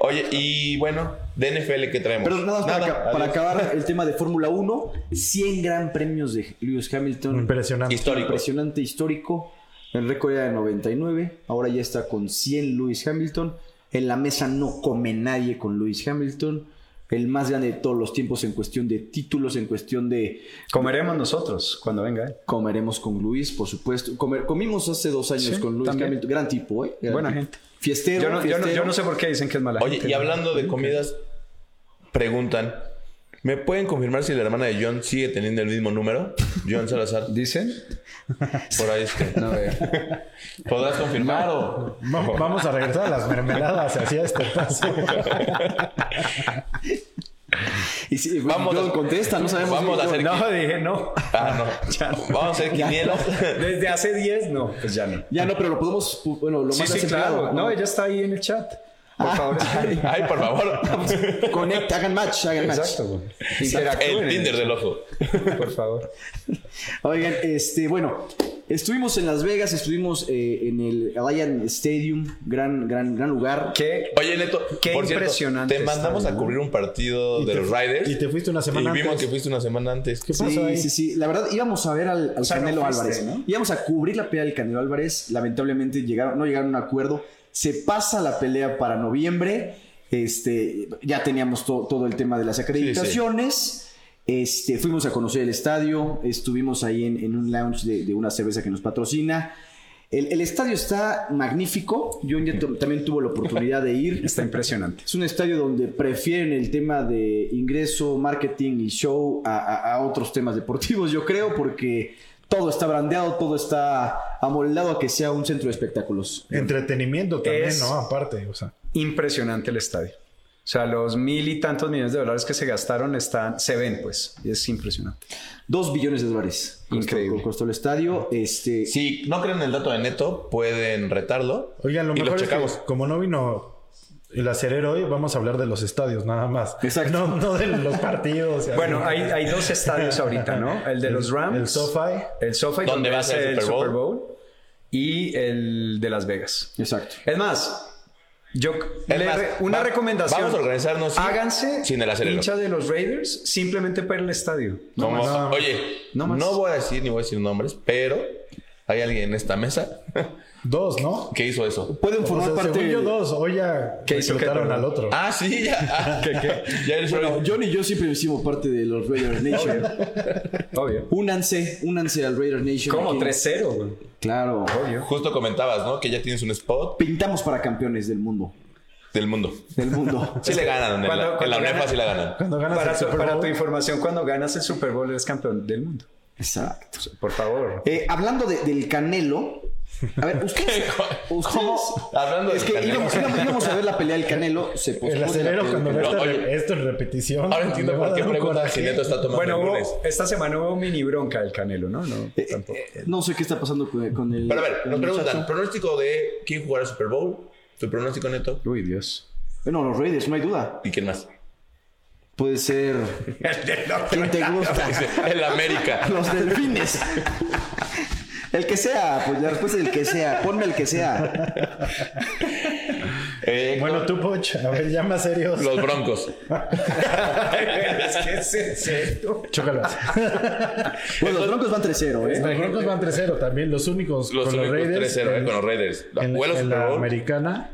Speaker 4: Oye, y bueno, de NFL que traemos.
Speaker 1: Pero nada, más para,
Speaker 4: Nada,
Speaker 1: ca- para
Speaker 4: adiós.
Speaker 1: acabar el tema de Fórmula 1, 100 gran premios de Lewis Hamilton.
Speaker 3: impresionante.
Speaker 4: Histórico.
Speaker 1: Impresionante, histórico. El récord era de 99, ahora ya está con 100 Lewis Hamilton. En la mesa no come nadie con Lewis Hamilton. El más grande de todos los tiempos en cuestión de títulos, en cuestión de
Speaker 2: Comeremos nosotros cuando venga ¿eh? él.
Speaker 1: comeremos con Luis, por supuesto. Comer- comimos hace dos años
Speaker 2: Sí,
Speaker 1: con Luis
Speaker 2: también.
Speaker 1: Hamilton. Gran tipo, ¿eh? Gran
Speaker 2: Buena
Speaker 1: tipo.
Speaker 2: gente.
Speaker 1: Fiestero,
Speaker 2: Yo no, yo, no,
Speaker 1: fiestero.
Speaker 2: yo no sé por qué dicen que es mala
Speaker 4: Oye,
Speaker 2: gente,
Speaker 4: y
Speaker 2: ¿no?
Speaker 4: hablando de comidas, preguntan, ¿me pueden confirmar si la hermana de John sigue teniendo el mismo número? John Salazar,
Speaker 2: ¿Dicen?
Speaker 4: por ahí está. ¿Podrás confirmar o...?
Speaker 3: Va- Vamos a regresar a las mermeladas hacia este paso.
Speaker 1: Y Y si,
Speaker 4: Vamos
Speaker 1: John
Speaker 4: a-
Speaker 1: contesta, no sabemos.
Speaker 4: vamos
Speaker 1: si
Speaker 4: a
Speaker 1: John-
Speaker 4: hacer-
Speaker 2: No, dije no.
Speaker 4: Ah, no.
Speaker 2: Ya no.
Speaker 4: Vamos a hacer quinielas.
Speaker 2: Desde hace 10, no, pues ya no.
Speaker 1: Ya no, pero lo podemos. Bueno, lo
Speaker 2: Sí,
Speaker 1: mandas
Speaker 2: sí,
Speaker 1: en
Speaker 2: claro.
Speaker 1: privado,
Speaker 2: No, ella está ahí en el chat. Por
Speaker 1: Ah,
Speaker 2: favor, escríbele.
Speaker 4: Ay, por favor.
Speaker 1: Conecta, hagan match, hagan match.
Speaker 2: Exacto, güey. Interactúen en
Speaker 4: El Tinder
Speaker 2: eso,
Speaker 4: del ojo.
Speaker 2: Por favor.
Speaker 1: Oigan, este, bueno, estuvimos en Las Vegas, estuvimos eh, en el Allianz Stadium, gran, gran, gran lugar.
Speaker 2: ¿Qué?
Speaker 4: Oye, Neto,
Speaker 2: Qué
Speaker 4: por cierto,
Speaker 2: impresionante
Speaker 4: te
Speaker 2: está,
Speaker 4: mandamos a
Speaker 2: ¿no?
Speaker 4: cubrir un partido
Speaker 3: Y
Speaker 4: de
Speaker 3: te-
Speaker 4: los Riders.
Speaker 3: y te fuiste una semana
Speaker 4: Y vimos
Speaker 3: antes.
Speaker 4: que fuiste una semana antes.
Speaker 3: ¿Qué pasó
Speaker 1: Sí,
Speaker 3: ahí?
Speaker 1: sí, sí. La verdad, íbamos a ver al, al
Speaker 2: O sea, no
Speaker 1: Canelo
Speaker 2: fuiste,
Speaker 1: Álvarez.
Speaker 2: ¿no?
Speaker 1: Íbamos a cubrir la pelea del Canelo Álvarez. Lamentablemente llegaron, no llegaron a un acuerdo. Se pasa la pelea para noviembre. Este, ya teníamos to- todo el tema de las acreditaciones. Este, fuimos a conocer el estadio. Estuvimos ahí en, en un lounge de, de una cerveza que nos patrocina. El, el estadio está magnífico. Yo ya tu- también tuve la oportunidad de ir.
Speaker 2: Está impresionante.
Speaker 1: Es un estadio donde prefieren el tema de ingreso, marketing y show a, a- a otros temas deportivos, yo creo, porque todo está brandeado, todo está amoldado a que sea un centro de espectáculos.
Speaker 3: Entretenimiento también,
Speaker 2: Es-
Speaker 3: ¿no? Aparte, o sea.
Speaker 2: Impresionante el estadio. O sea, los mil y tantos millones de dólares que se gastaron están, se ven, pues. Y es impresionante.
Speaker 1: Dos billones de dólares. costó-
Speaker 2: Increíble.
Speaker 1: Costó el estadio. Este,
Speaker 4: Si no creen el dato de Neto, pueden retarlo.
Speaker 3: Oigan, lo
Speaker 4: y
Speaker 3: mejor
Speaker 4: lo
Speaker 3: es
Speaker 4: checamos.
Speaker 3: que como no vino el acerero hoy, vamos a hablar de los estadios nada más.
Speaker 1: Exacto.
Speaker 3: No, no de los partidos. o sea,
Speaker 2: Bueno,
Speaker 3: no.
Speaker 2: hay, hay dos estadios ahorita, ¿no? El de los Rams.
Speaker 3: El SoFi.
Speaker 2: El SoFi,
Speaker 4: ¿Dónde
Speaker 2: donde
Speaker 4: va a
Speaker 2: va
Speaker 4: ser el
Speaker 2: el
Speaker 4: Super
Speaker 2: Super Bowl. Y el de Las Vegas.
Speaker 1: Exacto.
Speaker 2: Es más, yo
Speaker 4: Es
Speaker 2: le-
Speaker 4: más,
Speaker 2: una
Speaker 4: va-
Speaker 2: recomendación.
Speaker 4: vamos a organizarnos sin-
Speaker 2: Háganse
Speaker 4: sin el acelero.
Speaker 2: hinchas de los Raiders simplemente para el estadio.
Speaker 4: Como-
Speaker 3: más, nada más.
Speaker 4: oye,
Speaker 2: No
Speaker 4: no,
Speaker 2: más.
Speaker 4: voy a decir ni voy a decir nombres, pero hay alguien en esta mesa
Speaker 3: Dos, ¿no?
Speaker 4: que hizo eso.
Speaker 1: Pueden
Speaker 3: O
Speaker 1: formar
Speaker 3: sea,
Speaker 1: parte.
Speaker 3: según yo, dos. Hoy ya
Speaker 2: ¿Qué hizo
Speaker 3: explotaron
Speaker 2: Querétaro?
Speaker 3: al otro.
Speaker 4: Ah, sí, ya. Ah, ya eres-
Speaker 1: Bueno, John y yo siempre hicimos parte de los Raiders Nation.
Speaker 2: Obvio.
Speaker 1: únanse, únanse al Raiders Nation.
Speaker 2: Como
Speaker 1: Aquí-
Speaker 2: 3-0, güey.
Speaker 1: Claro.
Speaker 2: Obvio.
Speaker 4: Justo comentabas, ¿no? Que ya tienes un spot
Speaker 1: Pintamos para campeones del mundo.
Speaker 4: del mundo.
Speaker 1: Del mundo.
Speaker 4: Sí le ganan. En,
Speaker 2: Cuando-
Speaker 4: la, en la
Speaker 2: cuando
Speaker 4: UNEFA
Speaker 2: gana-
Speaker 4: sí la ganan.
Speaker 3: Cuando ganas
Speaker 2: Para
Speaker 3: el
Speaker 2: tu,
Speaker 3: Super
Speaker 2: para
Speaker 3: Bowl,
Speaker 2: tu información, cuando ganas el Super Bowl eres campeón del mundo.
Speaker 1: Exacto.
Speaker 2: O sea, Por favor.
Speaker 1: Eh, hablando de- del Canelo, a ver, ustedes.
Speaker 4: ¿Cómo?
Speaker 1: ustedes-
Speaker 4: Hablando de
Speaker 1: Es que íbamos, íbamos- íbamos a ver la pelea del Canelo, se
Speaker 4: pues,
Speaker 1: pospone
Speaker 3: El
Speaker 1: la
Speaker 3: acerero
Speaker 1: pelea
Speaker 3: cuando
Speaker 1: del
Speaker 3: ve
Speaker 4: No,
Speaker 3: esta-
Speaker 4: oye.
Speaker 3: esto en repetición.
Speaker 4: Ahora entiendo
Speaker 3: me va a
Speaker 4: por qué
Speaker 3: dar un
Speaker 4: preguntas si
Speaker 3: coraje.
Speaker 4: Neto está tomando
Speaker 2: Bueno,
Speaker 4: el
Speaker 2: hubo-
Speaker 4: lunes.
Speaker 2: esta semana hubo mini bronca del Canelo, ¿no? No, tampoco.
Speaker 1: Canelo. Eh, No sé qué está pasando con, con el.
Speaker 4: Pero a ver,
Speaker 1: el
Speaker 4: nos preguntan,
Speaker 1: muchacho.
Speaker 4: pronóstico de quién jugará Super Bowl, tu pronóstico neto
Speaker 2: Uy, Dios.
Speaker 1: Bueno, los Raiders, no hay duda.
Speaker 4: y quién más.
Speaker 1: Puede ser. ¿Quién te gusta?
Speaker 4: El América.
Speaker 1: Los delfines. El que sea, pues la respuesta es el que sea. Ponme el que sea.
Speaker 4: Eh,
Speaker 3: Bueno, tú, Poch, a ver, ya más serios.
Speaker 4: los Broncos.
Speaker 2: es que es en serio.
Speaker 3: Chócalas.
Speaker 1: Bueno, los Broncos van 3-0, ¿eh?
Speaker 3: Los Broncos van 3-0 también, los únicos
Speaker 4: Los
Speaker 3: con los
Speaker 4: únicos
Speaker 3: Raiders.
Speaker 4: 3-0, eh,
Speaker 3: en-
Speaker 4: con los Raiders.
Speaker 3: en,
Speaker 4: Fue los
Speaker 3: en
Speaker 4: Super
Speaker 3: la
Speaker 4: Bowl.
Speaker 3: americana.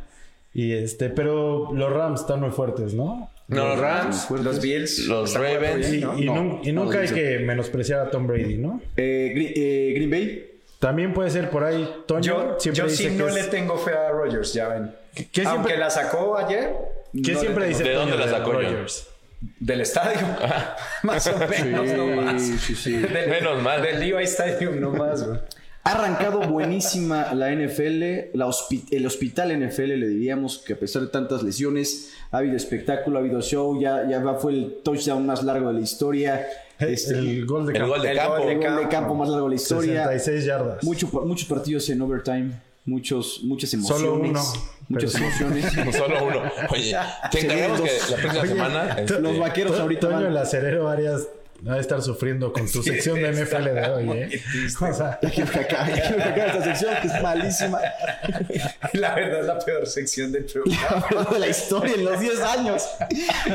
Speaker 3: Y este, pero los Rams están muy fuertes, ¿no?
Speaker 4: No, los Rams,
Speaker 2: Los Bills.
Speaker 4: los
Speaker 2: están jugando
Speaker 4: Ravens.
Speaker 2: bien,
Speaker 3: Y,
Speaker 2: ¿no?
Speaker 3: y
Speaker 1: No,
Speaker 3: nun- y
Speaker 1: no,
Speaker 3: nunca hay
Speaker 1: sí.
Speaker 3: que menospreciar a Tom Brady, ¿no?
Speaker 1: Eh, Gre- eh, Green Bay.
Speaker 3: También puede ser por ahí Toño.
Speaker 2: Yo,
Speaker 3: siempre
Speaker 2: yo
Speaker 3: dice
Speaker 2: sí
Speaker 3: que
Speaker 2: no
Speaker 3: es-
Speaker 2: le tengo fe a Rogers, ya ven.
Speaker 3: ¿Qué- qué
Speaker 2: Aunque
Speaker 3: siempre-
Speaker 2: la sacó ayer
Speaker 3: ¿Qué
Speaker 2: no le tengo-
Speaker 3: siempre dice
Speaker 4: ¿De dónde
Speaker 3: Toño
Speaker 4: la sacó John?
Speaker 3: Rodgers?
Speaker 2: del estadio. más o menos, no más.
Speaker 1: Eh, sí, sí.
Speaker 2: Del-
Speaker 4: Menos mal.
Speaker 2: Del Levi Stadium, no más, güey.
Speaker 1: Ha arrancado buenísima la NFL, la hospi- el hospital NFL, le diríamos que a pesar de tantas lesiones, ha habido espectáculo, ha habido show, ya, ya va- fue el touchdown más largo de la historia, este, el,
Speaker 3: El gol de
Speaker 4: El
Speaker 3: campo.
Speaker 4: gol de
Speaker 2: El
Speaker 4: campo.
Speaker 2: gol de-
Speaker 1: gol de campo más largo de la historia,
Speaker 3: 66 yardas.
Speaker 1: Mucho, muchos partidos en overtime, muchos, muchas emociones,
Speaker 3: Solo uno,
Speaker 1: muchas
Speaker 3: pero sí.
Speaker 1: emociones.
Speaker 4: Solo uno. Oye, te
Speaker 1: Se
Speaker 4: encargamos que
Speaker 1: vienen dos.
Speaker 4: la próxima
Speaker 3: Oye,
Speaker 4: semana. este,
Speaker 1: Los vaqueros
Speaker 3: To-
Speaker 1: ahorita
Speaker 3: Toño
Speaker 1: van-
Speaker 3: el acerero Arias va a estar sufriendo con su sección de NFL de hoy, ¿eh? O sea,
Speaker 1: Ya quiero que acabe, ya quiero que acabe esta sección que es malísima.
Speaker 2: La verdad es la peor sección del programa.
Speaker 1: La verdad de la historia en los 10 años.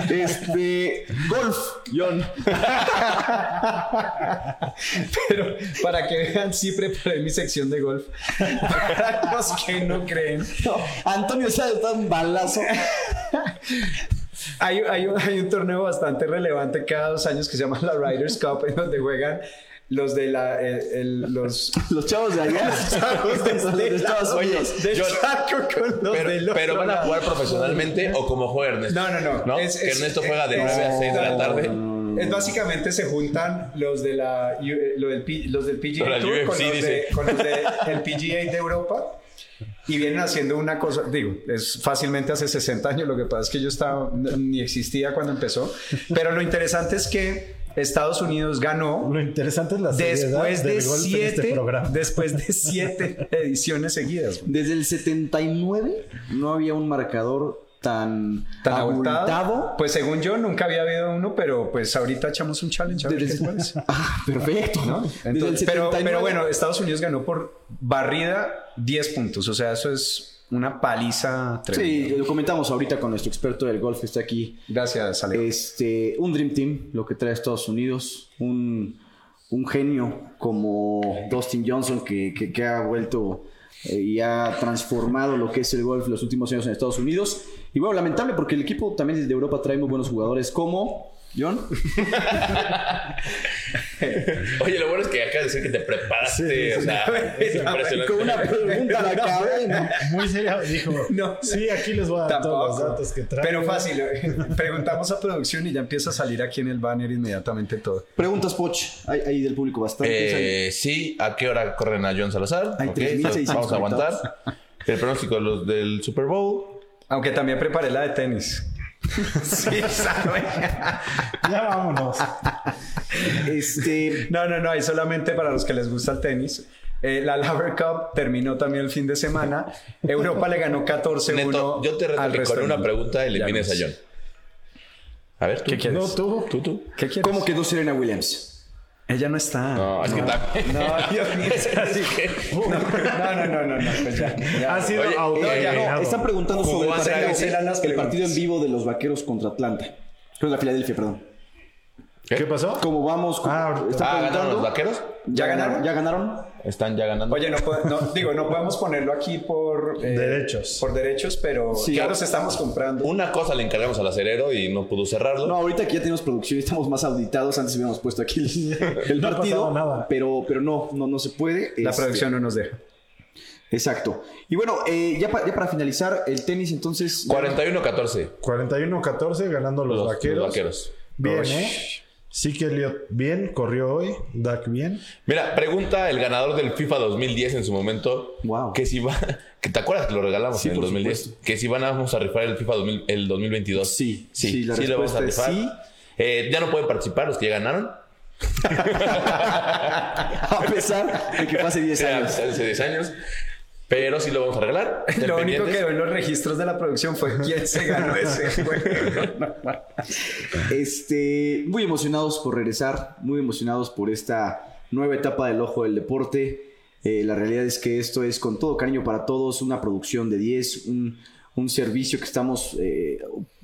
Speaker 1: Este, golf, John.
Speaker 2: Pero para que vean, sí preparé mi sección de golf. Para los que no creen.
Speaker 1: No, Antonio Sáenz está un balazo.
Speaker 2: Hay, hay un, hay un torneo bastante relevante cada dos años que se llama la Riders Cup, en donde juegan los de la, el- el- los
Speaker 1: Los chavos de allá. Los chavos de, Estados
Speaker 4: Oye,
Speaker 1: Unidos.
Speaker 2: de
Speaker 4: Yo-
Speaker 2: Chaco con los del
Speaker 4: Pero,
Speaker 2: otro
Speaker 4: pero van a
Speaker 2: lado.
Speaker 4: jugar profesionalmente o como juega Ernesto.
Speaker 2: No, no, no. Es-
Speaker 4: que
Speaker 2: es-
Speaker 4: Ernesto juega de
Speaker 2: es-
Speaker 4: 9 a 6 de la
Speaker 2: no,
Speaker 4: tarde.
Speaker 2: no, no, no. Es básicamente se juntan los de la U- eh, lo del P- los del PGA
Speaker 4: Pero la
Speaker 2: Tour con
Speaker 4: UFC
Speaker 2: los, de,
Speaker 4: dice.
Speaker 2: con los de- el PGA de Europa Y vienen haciendo una cosa, digo, es fácilmente hace 60 años, lo que pasa es que yo estaba, ni existía cuando empezó, pero lo interesante es que Estados Unidos ganó
Speaker 3: Lo interesante es la seriedad
Speaker 2: después de,
Speaker 3: del golpe en
Speaker 2: siete,
Speaker 3: este programa.
Speaker 2: después de siete ediciones seguidas. güey.
Speaker 1: Desde el 79 no había un marcador tan,
Speaker 2: Tan abultado.
Speaker 1: abultado.
Speaker 2: Pues según yo nunca había habido uno, pero pues ahorita echamos un challenge a ver
Speaker 1: Desde-
Speaker 2: qué cuál es.
Speaker 1: Ah, perfecto.
Speaker 2: ¿no?
Speaker 1: Desde el
Speaker 2: Entonces, pero,
Speaker 1: 79.
Speaker 2: pero bueno, Estados Unidos ganó por barrida 10 puntos. O sea, eso es una paliza tremenda.
Speaker 1: Sí, lo comentamos ahorita con nuestro experto del golf que está aquí.
Speaker 2: Gracias, Alex.
Speaker 1: Este, un Dream Team, lo que trae Estados Unidos. Un, un genio como Dustin Johnson que, que- que ha vuelto eh, y ha transformado lo que es el golf los últimos años en Estados Unidos. Y bueno, lamentable porque el equipo también desde Europa trae muy buenos jugadores como John.
Speaker 4: Oye, lo bueno es que acabas de decir que te preparaste. o sea, es impresionante. Eh,
Speaker 1: Con una pregunta a la cadena.
Speaker 3: Muy serio, dijo.
Speaker 2: No.
Speaker 3: Sí, aquí les voy a dar todos los
Speaker 2: Tampoco.
Speaker 3: datos que traigo.
Speaker 2: Pero fácil. eh. Preguntamos a producción y ya empieza a salir aquí en el banner inmediatamente todo.
Speaker 1: Preguntas, Poch. Hay, hay del público bastante.
Speaker 4: Eh, sí, ¿a qué hora corren a John Salazar?
Speaker 1: Hay
Speaker 4: Ok,
Speaker 1: 3,600
Speaker 4: vamos a aguantar. El pronóstico de los del Super Bowl.
Speaker 2: Aunque también preparé la de tenis. sí, sabe.
Speaker 3: Ya vámonos.
Speaker 1: Este,
Speaker 2: No, no, no, ahí solamente para los que les gusta el tenis. Eh, la Laver Cup terminó también el fin de semana. Europa le ganó 14-1
Speaker 4: Neto, yo te reto
Speaker 2: al
Speaker 4: que
Speaker 2: resto
Speaker 4: con
Speaker 2: del
Speaker 4: una
Speaker 2: mundo.
Speaker 4: pregunta elimines
Speaker 2: Ya
Speaker 4: a
Speaker 2: ves.
Speaker 4: John. A ver, tú.
Speaker 2: ¿Qué quieres?
Speaker 3: No, tú.
Speaker 4: Tú, tú.
Speaker 2: ¿Qué quieres?
Speaker 1: ¿Cómo quedó Serena Williams?
Speaker 2: Ella no está.
Speaker 4: No, es que también.
Speaker 2: No, Dios mío.
Speaker 4: Así que.
Speaker 2: No, no, no, no, no, pues ya, ya.
Speaker 3: Ha sido
Speaker 1: Eh,
Speaker 4: Oye, ya,
Speaker 1: no,
Speaker 3: autodenominado.
Speaker 1: están preguntando
Speaker 4: ¿Cómo
Speaker 1: sobre el
Speaker 4: va a ser?
Speaker 1: partido,
Speaker 2: Cancelan las
Speaker 1: el
Speaker 2: preguntas.
Speaker 1: partido en vivo de los vaqueros contra Atlanta. Creo la Filadelfia, perdón.
Speaker 3: ¿Qué pasó?
Speaker 1: ¿Cómo vamos? ¿Cómo-
Speaker 3: Ah, ahorita.
Speaker 1: ¿Están
Speaker 4: Ah, ganaron los
Speaker 1: preguntando?
Speaker 4: vaqueros.
Speaker 1: ¿Ya ganaron? ¿Ya ganaron?
Speaker 4: Están ya ganando.
Speaker 2: Oye, no, puedo- no, digo, no podemos ponerlo aquí por eh,
Speaker 3: Derechos.
Speaker 2: Por derechos, pero
Speaker 1: Sí.
Speaker 2: ya los estamos comprando.
Speaker 4: una cosa le encargamos al acerero y no pudo cerrarlo.
Speaker 1: No, ahorita que ya tenemos producción y estamos más auditados. Antes hubiéramos puesto aquí el, el
Speaker 3: No
Speaker 1: partido.
Speaker 3: pasaba nada.
Speaker 1: Pero, pero no, no, no se puede.
Speaker 2: La
Speaker 1: Este,
Speaker 2: producción no nos deja.
Speaker 1: Exacto. Y bueno, eh, ya, pa- ya para finalizar, el tenis entonces...
Speaker 4: 41-14.
Speaker 3: 41-14 ganando los,
Speaker 4: Los- los
Speaker 3: vaqueros.
Speaker 4: vaqueros.
Speaker 3: Bien,
Speaker 2: Ush.
Speaker 3: ¿eh? Sí que Elliot bien, corrió hoy. Dak bien.
Speaker 4: Mira, pregunta el ganador del FIFA 2010 en su momento.
Speaker 1: Wow.
Speaker 4: Que si va. Que ¿Te acuerdas que lo regalamos
Speaker 1: Sí,
Speaker 4: en el
Speaker 1: por
Speaker 4: 2010?
Speaker 1: supuesto.
Speaker 4: Que si van a, vamos a rifar el FIFA 2000 el 2022.
Speaker 1: Sí,
Speaker 4: sí,
Speaker 1: sí,
Speaker 4: sí,
Speaker 1: la
Speaker 4: lo vamos a
Speaker 1: respuesta
Speaker 4: rifar.
Speaker 1: es
Speaker 4: Eh, ya no pueden participar los que ya ganaron.
Speaker 1: A pesar de que pase 10
Speaker 4: Ya,
Speaker 1: años.
Speaker 4: hace 10 años. Pero sí lo vamos a regalar. Estén
Speaker 2: Lo único
Speaker 4: pendientes.
Speaker 2: que veo en los registros de la producción fue quién se ganó ese juego.
Speaker 1: Este, muy emocionados por regresar, muy emocionados por esta nueva etapa del ojo del deporte. Eh, la realidad es que esto es con todo cariño para todos, una producción de 10, un, un servicio que estamos eh,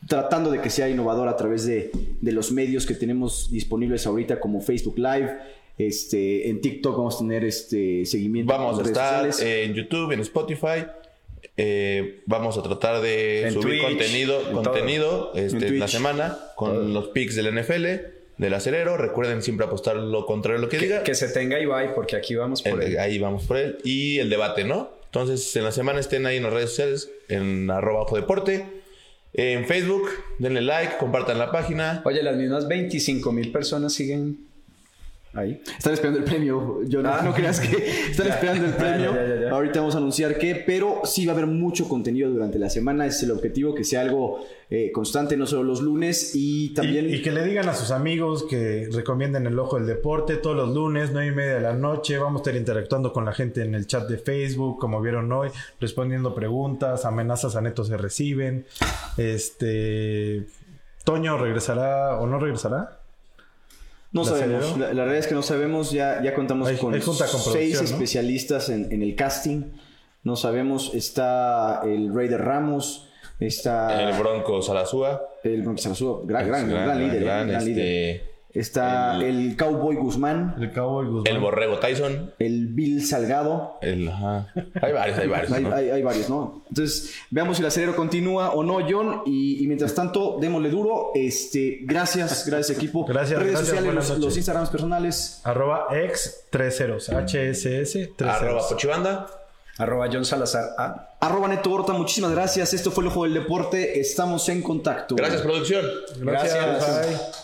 Speaker 1: tratando de que sea innovador a través de, de los medios que tenemos disponibles ahorita como Facebook Live. Este, en TikTok vamos a tener este seguimiento.
Speaker 4: Vamos
Speaker 1: en
Speaker 4: a
Speaker 1: redes
Speaker 4: estar eh,
Speaker 1: sociales.
Speaker 4: en YouTube, en Spotify. Eh, vamos a tratar de
Speaker 2: En
Speaker 4: subir
Speaker 2: Twitch,
Speaker 4: contenido,
Speaker 2: en
Speaker 4: contenido este,
Speaker 1: En
Speaker 4: la
Speaker 1: Twitch.
Speaker 4: semana con los picks del NFL, del acerero. Recuerden siempre apostar lo contrario a lo que,
Speaker 2: que,
Speaker 4: diga.
Speaker 2: que se tenga Ibai, porque aquí vamos por
Speaker 4: El-
Speaker 2: él.
Speaker 4: ahí vamos por él. Y el debate, ¿no? Entonces, en la semana estén ahí en las redes sociales, en arroba ojo deporte, en Facebook, denle like, compartan la página.
Speaker 2: Oye, las mismas 25 mil personas siguen ahí.
Speaker 1: Están esperando el premio. Yo no,
Speaker 2: Ah.
Speaker 1: no creas que están
Speaker 2: Ya.
Speaker 1: esperando el
Speaker 2: Ya,
Speaker 1: premio.
Speaker 2: ya, ya, ya.
Speaker 1: Ahorita vamos a anunciar qué, pero sí va a haber mucho contenido durante la semana. Es el objetivo que sea algo eh, constante, no solo los lunes y también.
Speaker 3: Y, y que le digan a sus amigos que recomienden el ojo del deporte todos los lunes, nueve y media de la noche. Vamos a estar interactuando con la gente en el chat de Facebook, como vieron hoy, respondiendo preguntas, amenazas a neto se reciben. Este. Toño regresará o no regresará.
Speaker 1: no
Speaker 3: ¿la
Speaker 1: sabemos.
Speaker 3: serio?
Speaker 1: La, la realidad es que no sabemos. Ya, ya contamos
Speaker 3: Hay-
Speaker 1: con
Speaker 3: hay junta con
Speaker 1: seis
Speaker 3: producción, ¿no?
Speaker 1: especialistas en, en el casting. No sabemos. Está el Rey de Ramos. Está
Speaker 4: El Bronco Salazúa.
Speaker 1: el Montesarazúa, gran, gran, gran, líder. eh,
Speaker 4: gran,
Speaker 1: gran
Speaker 4: este,
Speaker 1: líder. Está
Speaker 4: el-
Speaker 1: el Cowboy Guzmán.
Speaker 3: El Cowboy Guzmán.
Speaker 4: El Borrego Tyson.
Speaker 1: El Bill Salgado.
Speaker 4: El- ajá. Hay varios, hay varios.
Speaker 1: Hay,
Speaker 4: ¿no?
Speaker 1: hay- hay varios, ¿no? Entonces, veamos si el acelero continúa o no, John. Y, y mientras tanto, démosle duro. Este, gracias, gracias, equipo.
Speaker 3: Gracias,
Speaker 1: Redes
Speaker 3: gracias,
Speaker 1: sociales,
Speaker 3: buenas
Speaker 1: los,
Speaker 3: noches.
Speaker 1: los Instagrams personales.
Speaker 3: Arroba ex 30 HSS 30
Speaker 4: Arroba Pochibanda.
Speaker 2: Arroba John Salazar A.
Speaker 1: Arroba Neto Horta, muchísimas gracias. Esto fue el Ojo del Deporte. Estamos en contacto.
Speaker 4: Gracias, producción.
Speaker 3: Gracias.
Speaker 2: Gracias.
Speaker 3: bye.